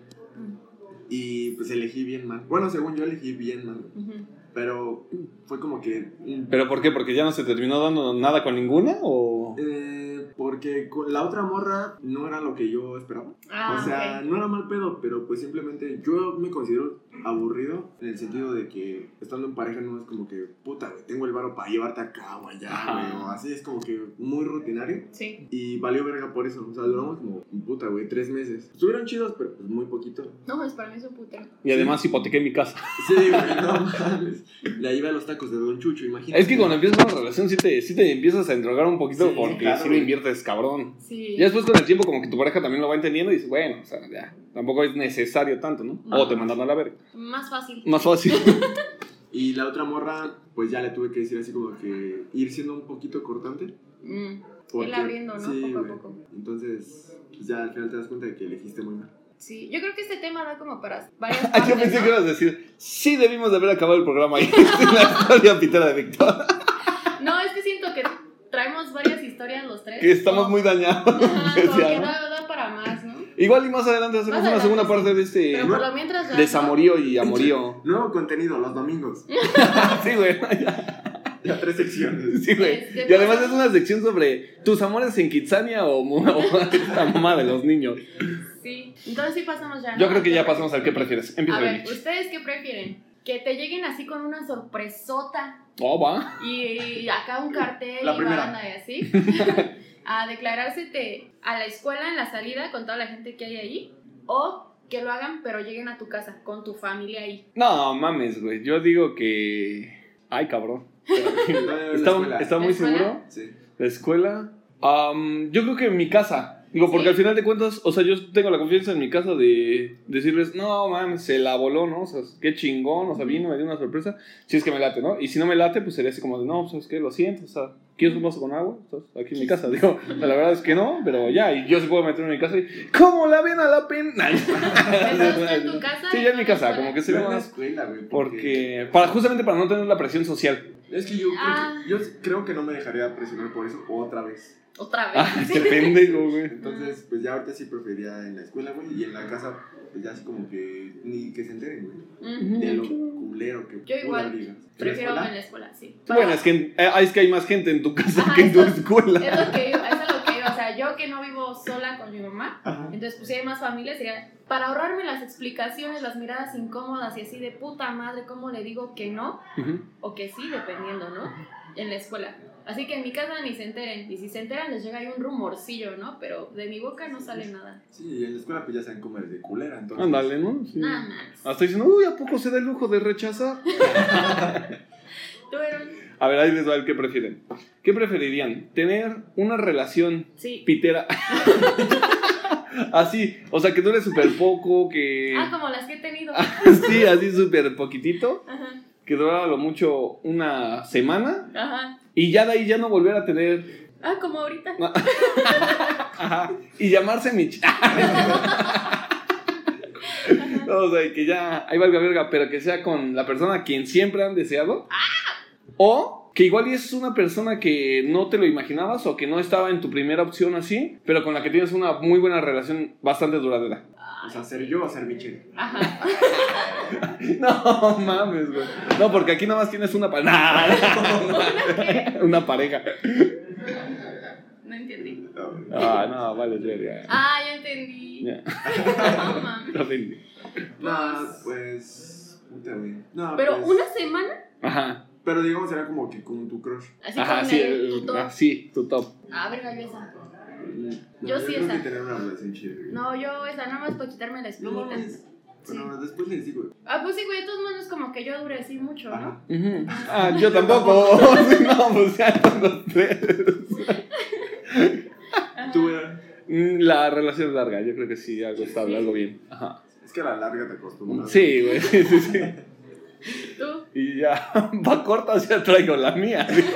Speaker 2: Y pues elegí bien mal. Bueno, según yo elegí bien mal.
Speaker 3: Ujú.
Speaker 2: Pero fue como que.
Speaker 1: ¿Pero por qué? ¿Porque ya no se terminó dando nada con ninguna? ¿O.?
Speaker 2: eh, porque con la otra morra no era lo que yo esperaba.
Speaker 3: Ah,
Speaker 2: o sea,
Speaker 3: ok.
Speaker 2: no era mal pedo, pero pues simplemente yo me considero aburrido en el sentido de que estando en pareja no es como que, puta, güey, tengo el varo para llevarte acá o allá,
Speaker 1: Ajá.
Speaker 2: güey, o así, es como que muy rutinario.
Speaker 3: Sí.
Speaker 2: Y valió verga por eso, o sea, duramos como, puta, güey, tres meses. Estuvieron chidos, pero pues muy poquito.
Speaker 3: No, es para mí es un putero.
Speaker 1: Y además hipotequé mi casa.
Speaker 2: Sí,
Speaker 1: [LAUGHS]
Speaker 2: güey, no mames. La iba a los tacos de Don Chucho, imagínate.
Speaker 1: Es
Speaker 3: pues,
Speaker 1: que cuando empiezas una relación, sí te, sí te empiezas a endrogar un poquito
Speaker 2: Sí,
Speaker 1: porque
Speaker 2: claro,
Speaker 1: sí lo
Speaker 2: güey.
Speaker 1: inviertes, cabrón.
Speaker 3: Sí.
Speaker 1: Ya después con el tiempo, como que tu pareja también lo va entendiendo y dices, bueno, o sea, ya. Tampoco es necesario tanto, ¿no? O
Speaker 3: Ajá.
Speaker 1: te mandan a la verga.
Speaker 3: Más fácil.
Speaker 1: Más fácil. [LAUGHS]
Speaker 2: Y la otra morra, pues ya le tuve que decir así como que ir siendo un poquito cortante.
Speaker 3: Mm.
Speaker 2: porque-
Speaker 3: El abriendo, ¿no?
Speaker 2: sí,
Speaker 3: poco a
Speaker 2: güey.
Speaker 3: poco.
Speaker 2: Entonces, pues, ya al final te das cuenta de que elegiste muy mal.
Speaker 3: Sí. Yo creo que este tema da
Speaker 1: [LAUGHS]
Speaker 3: como para varias
Speaker 1: Ah,
Speaker 3: partes,
Speaker 1: yo pensé
Speaker 3: ¿no?
Speaker 1: que ibas a decir, sí debimos de haber acabado el programa [LAUGHS] ahí. la historia pitera de Víctor.
Speaker 3: No, es que siento que traemos varias historias los tres.
Speaker 1: Que estamos
Speaker 3: Como-
Speaker 1: muy dañados. [LAUGHS]
Speaker 3: Ajá, como
Speaker 1: especial,
Speaker 3: que
Speaker 1: ¿no?
Speaker 3: da, da para más, ¿no?
Speaker 1: Igual y más adelante hacemos
Speaker 3: Más
Speaker 1: una segunda
Speaker 3: adelante,
Speaker 1: parte de este
Speaker 3: Pero por lo mientras ya. ¿no?
Speaker 1: desamorío y
Speaker 3: [LAUGHS]
Speaker 1: amorío. Ah,
Speaker 2: Nuevo contenido los domingos.
Speaker 1: sí, güey. [LAUGHS]
Speaker 2: Ya tres secciones.
Speaker 1: Sí, güey.
Speaker 3: Este,
Speaker 1: Y además es
Speaker 3: pero-
Speaker 1: una sección sobre tus amores en Kitsania o, [LAUGHS] mu- o esta mamá de los niños.
Speaker 3: Sí. Entonces sí pasamos ya. ¿no?
Speaker 1: Yo creo que ya pasamos al que prefieres.
Speaker 3: A
Speaker 1: Empieza
Speaker 3: ver,
Speaker 1: Vicky.
Speaker 3: ¿ustedes qué prefieren? Que te lleguen así con una sorpresota
Speaker 1: Oh, va.
Speaker 3: y, y acá un cartel
Speaker 2: La
Speaker 3: y
Speaker 2: primera.
Speaker 3: banda y
Speaker 1: [LAUGHS]
Speaker 3: así. a declarársete a la escuela en la salida con toda la gente que hay ahí. O que lo hagan pero lleguen a tu casa con tu familia
Speaker 1: [LAUGHS]
Speaker 3: ahí.
Speaker 1: No, mames, güey. Yo digo que. Ay, cabrón. Está, está muy
Speaker 3: ¿La escuela?
Speaker 1: seguro.
Speaker 2: Sí.
Speaker 1: La escuela. Am, yo creo que en mi casa. Digo, porque
Speaker 3: Sí.
Speaker 1: al final de cuentas, o sea, yo tengo la confianza en mi casa de decirles, no, mames, se la voló, ¿no? O sea, qué chingón, o sea, vino, me dio una sorpresa. Si es que me late, ¿no? Y si no me late, pues sería así como de, no, ¿sabes qué? Lo siento, o sea, ¿quieres un vaso con agua? Entonces, aquí en mi casa, digo, o sea, la verdad es que no, pero ya, y yo se puedo meter en mi casa y, ¿cómo la ven a la pena? [LAUGHS]
Speaker 3: Entonces, está en tu casa.
Speaker 1: Sí, ya en mi casa, como que se ve
Speaker 2: Yo en la
Speaker 1: más.
Speaker 2: escuela, güey.
Speaker 1: Porque, para, justamente para no tener la presión social.
Speaker 2: Es que yo, creo que-
Speaker 3: Ah.
Speaker 2: yo creo que no me dejaría presionar por eso otra vez.
Speaker 3: Otra vez.
Speaker 1: Ah, qué pendejo, güey.
Speaker 2: Entonces, pues ya ahorita sí preferiría en la escuela, güey. Y en la casa, pues ya así como que ni que se enteren, güey.
Speaker 3: Mm.
Speaker 2: De lo culero que
Speaker 3: Yo igual.
Speaker 2: pura liga. ¿En la
Speaker 3: Prefiero
Speaker 2: escuela?
Speaker 3: en la escuela, sí.
Speaker 1: Bueno, es que, en- eh, es que hay más gente en tu casa
Speaker 3: Ajá,
Speaker 1: que en tu
Speaker 3: Ah, eso-
Speaker 1: escuela.
Speaker 3: [LAUGHS] Es lo que yo, eso es lo que yo, o sea, yo que no vivo sola con mi mamá,
Speaker 2: Ajá.
Speaker 3: entonces pues si hay más familia sería para ahorrarme las explicaciones, las miradas incómodas y así de puta madre, ¿cómo le digo que no?
Speaker 1: [LAUGHS] Ujú.
Speaker 3: O que sí, dependiendo, ¿no? En la escuela. Así que en mi casa ni se enteren, y si se enteran les llega ahí un rumorcillo, ¿no? Pero de mi boca no sale nada.
Speaker 2: Sí, y en la escuela pues ya saben cómo eres de culera, entonces.
Speaker 1: Ándale, ¿no? Sí. Ah.
Speaker 3: Nada más.
Speaker 1: Hasta diciendo, uy, ¿a poco se da el lujo de rechazar?
Speaker 3: ¿Tú Aaron?
Speaker 1: A ver, ahí les va el que prefieren. ¿Qué preferirían? ¿Tener una relación
Speaker 3: Sí.
Speaker 1: pitera? [LAUGHS] así, o sea, que dure súper poco, que...
Speaker 3: Ah, como las que he tenido.
Speaker 1: sí, [LAUGHS] así súper poquitito,
Speaker 3: Ajá,
Speaker 1: que durara lo mucho una semana
Speaker 3: ajá.
Speaker 1: y ya de ahí ya no volver a tener...
Speaker 3: Ah, como ahorita.
Speaker 1: Ajá, y llamarse Mich.
Speaker 3: Ajá.
Speaker 1: O sea, que ya ahí valga verga, pero que sea con la persona a quien siempre han deseado. O que igual y es una persona que no te lo imaginabas o que no estaba en tu primera opción así, pero con la que tienes una muy buena relación bastante duradera.
Speaker 2: [LAUGHS] O sea, ser yo o ser Michelle.
Speaker 3: Ajá.
Speaker 1: No mames, güey. No, porque aquí nada más tienes una [LAUGHS] pareja.
Speaker 3: ¿Una qué?
Speaker 1: una pareja.
Speaker 3: No entendí.
Speaker 1: Ah, no, vale, verga.
Speaker 3: Ah, ya entendí.
Speaker 1: Ya.
Speaker 3: No mames.
Speaker 1: Lo entendí.
Speaker 2: No, pues. Puta, güey. No,
Speaker 3: Pero
Speaker 2: pues,
Speaker 3: una semana,
Speaker 1: Ajá.
Speaker 2: Pero digamos, era como que con tu crush.
Speaker 3: así
Speaker 1: Ajá,
Speaker 3: con
Speaker 1: sí,
Speaker 3: el
Speaker 1: el-
Speaker 3: tutor.
Speaker 1: ah, sí, tu top.
Speaker 3: Ah, verga, yo esa.
Speaker 2: No,
Speaker 3: Yo sí,
Speaker 2: creo
Speaker 3: esa.
Speaker 2: que tener una relación chida, güey.
Speaker 3: No, yo esa nada más para quitarme la
Speaker 2: No
Speaker 3: espinita.
Speaker 2: mames.
Speaker 3: Sí.
Speaker 2: Bueno, después les digo.
Speaker 3: Ah, pues sí, güey, de todos modos no es como que yo dure así mucho, ¿no?
Speaker 2: Ajá.
Speaker 1: Ujú. Ah, yo tampoco. [LAUGHS] Sí, no, pues ya están los tres.
Speaker 3: Ajá.
Speaker 2: Tú, güey.
Speaker 1: Mm, La relación larga, yo creo que sí, algo estable, algo bien. Ajá.
Speaker 2: Es que a la larga te acostumbras.
Speaker 1: Sí, güey, sí, sí, sí.
Speaker 2: eh.
Speaker 3: Tú.
Speaker 1: Y ya, [LAUGHS] va corta, ya traigo la mía. digo.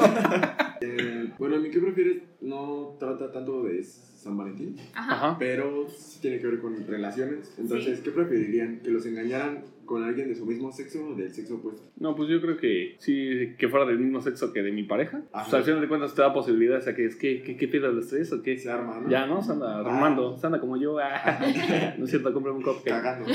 Speaker 2: Eh, bueno, a mí, ¿qué prefieres? No trata tanto de San Valentín,
Speaker 3: Ajá.
Speaker 1: Ajá.
Speaker 2: pero sí tiene que ver con relaciones. Entonces, ¿qué preferirían? ¿Que los engañaran con alguien de su mismo sexo o del sexo opuesto?
Speaker 1: No, pues yo creo que sí, que fuera del mismo sexo que de mi pareja.
Speaker 2: Ajá.
Speaker 1: O sea, al final de cuentas te da posibilidades a que es que, que, que pidas los tres o qué.
Speaker 2: Se arma, ¿no?
Speaker 1: Ya, ¿no? Se anda armando, se anda como yo. ah. [LAUGHS] No es cierto, cómprame un cupcake.
Speaker 3: [LAUGHS]
Speaker 2: Cagando.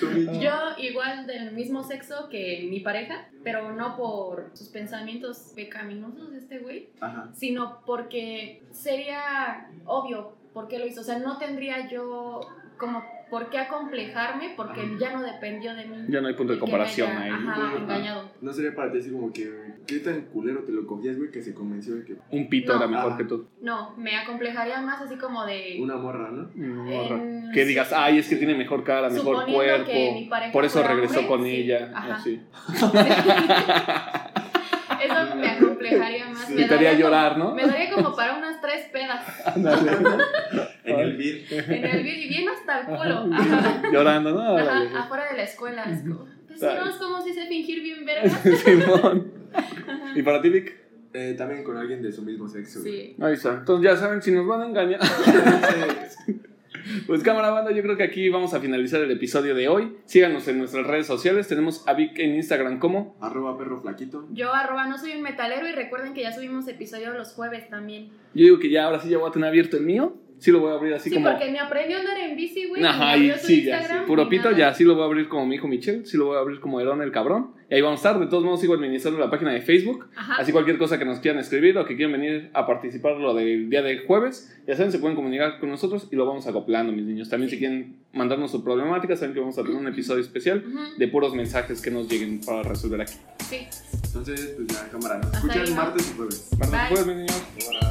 Speaker 2: Tú, Mitch.
Speaker 3: Yo igual del mismo sexo que mi pareja, pero no por sus pensamientos pecaminosos de este güey,
Speaker 2: Ajá.
Speaker 3: sino porque sería obvio por qué lo hizo. O sea, no tendría yo como por qué acomplejarme porque
Speaker 2: Ajá.
Speaker 3: ya no dependió de mí.
Speaker 1: Ya no hay punto de
Speaker 3: el que me
Speaker 1: comparación
Speaker 3: haya,
Speaker 1: ahí.
Speaker 3: Ajá,
Speaker 2: Ajá.
Speaker 3: engañado.
Speaker 2: No sería para ti así como que, ¿qué tan culero te lo cogías, güey? Que se convenció de que
Speaker 1: Un pito
Speaker 3: No.
Speaker 1: era mejor
Speaker 2: Ajá.
Speaker 1: que tú.
Speaker 3: No, me acomplejaría más así como de...
Speaker 2: una morra, ¿no?
Speaker 3: Mm,
Speaker 1: No,
Speaker 3: en-
Speaker 1: morra. que digas, ay, es que tiene mejor cara, mejor
Speaker 3: Suponiendo
Speaker 1: cuerpo.
Speaker 3: que mi pareja
Speaker 1: Por eso
Speaker 3: fuera
Speaker 1: regresó
Speaker 3: hombre,
Speaker 1: con
Speaker 3: sí.
Speaker 1: ella.
Speaker 3: Ajá.
Speaker 1: Así. [LAUGHS]
Speaker 3: Eso me acomplejaría más.
Speaker 2: Sí.
Speaker 1: Te haría
Speaker 3: daría como-
Speaker 1: llorar, ¿no?
Speaker 3: Me daría como para unas tres pedas
Speaker 1: Ándale.
Speaker 2: En el beat.
Speaker 1: [LAUGHS]
Speaker 3: en el bien, y bien hasta el culo. Ajá.
Speaker 1: Ajá. [LAUGHS] Llorando, ¿no?
Speaker 3: Ajá,
Speaker 1: Órale.
Speaker 3: afuera de la escuela. Es como, pues
Speaker 1: Ay.
Speaker 3: no, es como si se fingir bien
Speaker 1: [LAUGHS]
Speaker 3: verga.
Speaker 1: Simón. ¿Y para ti, Vic?
Speaker 2: Eh, también con alguien de su mismo sexo. güey.
Speaker 3: Sí.
Speaker 1: Ahí está. Entonces ya saben, si nos van a engañar. [LAUGHS] Pues cámara banda, yo creo que aquí vamos a finalizar el episodio de hoy. Síganos en nuestras redes sociales. Tenemos a Vic en Instagram como
Speaker 2: Arroba perro flaquito.
Speaker 3: Yo arroba no soy un metalero y recuerden que ya subimos episodio los jueves también.
Speaker 1: yo digo que ya ahora sí ya voy a tener abierto el mío. Sí lo voy a abrir así
Speaker 3: Sí,
Speaker 1: como.
Speaker 3: porque ni aprendió a andar en bici, güey.
Speaker 1: Ajá,
Speaker 3: ni
Speaker 1: y
Speaker 3: abrió su
Speaker 1: sí, ya, sí.
Speaker 3: Instagram,
Speaker 1: Puro
Speaker 3: ni
Speaker 1: pito,
Speaker 3: nada.
Speaker 1: ya sí lo voy a abrir como mi hijo Michelle, sí lo voy a abrir como Herón el cabrón. Y ahí vamos a estar, de todos modos sigo administrando la página de Facebook.
Speaker 3: Ajá.
Speaker 1: Así cualquier cosa que nos quieran escribir o que quieran venir a participar lo del día de jueves, ya saben, se pueden comunicar con nosotros y lo vamos acoplando, mis niños. También si quieren mandarnos su problemática, saben que vamos a tener un episodio especial
Speaker 3: Ujú,
Speaker 1: de puros mensajes que nos lleguen para resolver aquí.
Speaker 3: Sí.
Speaker 2: Entonces, pues la cámara nos
Speaker 3: Hasta
Speaker 2: escuchan
Speaker 3: ahí, ¿no?
Speaker 2: martes y jueves.
Speaker 1: Martes y
Speaker 3: Bye.
Speaker 1: jueves, mis niños.
Speaker 2: Ahora.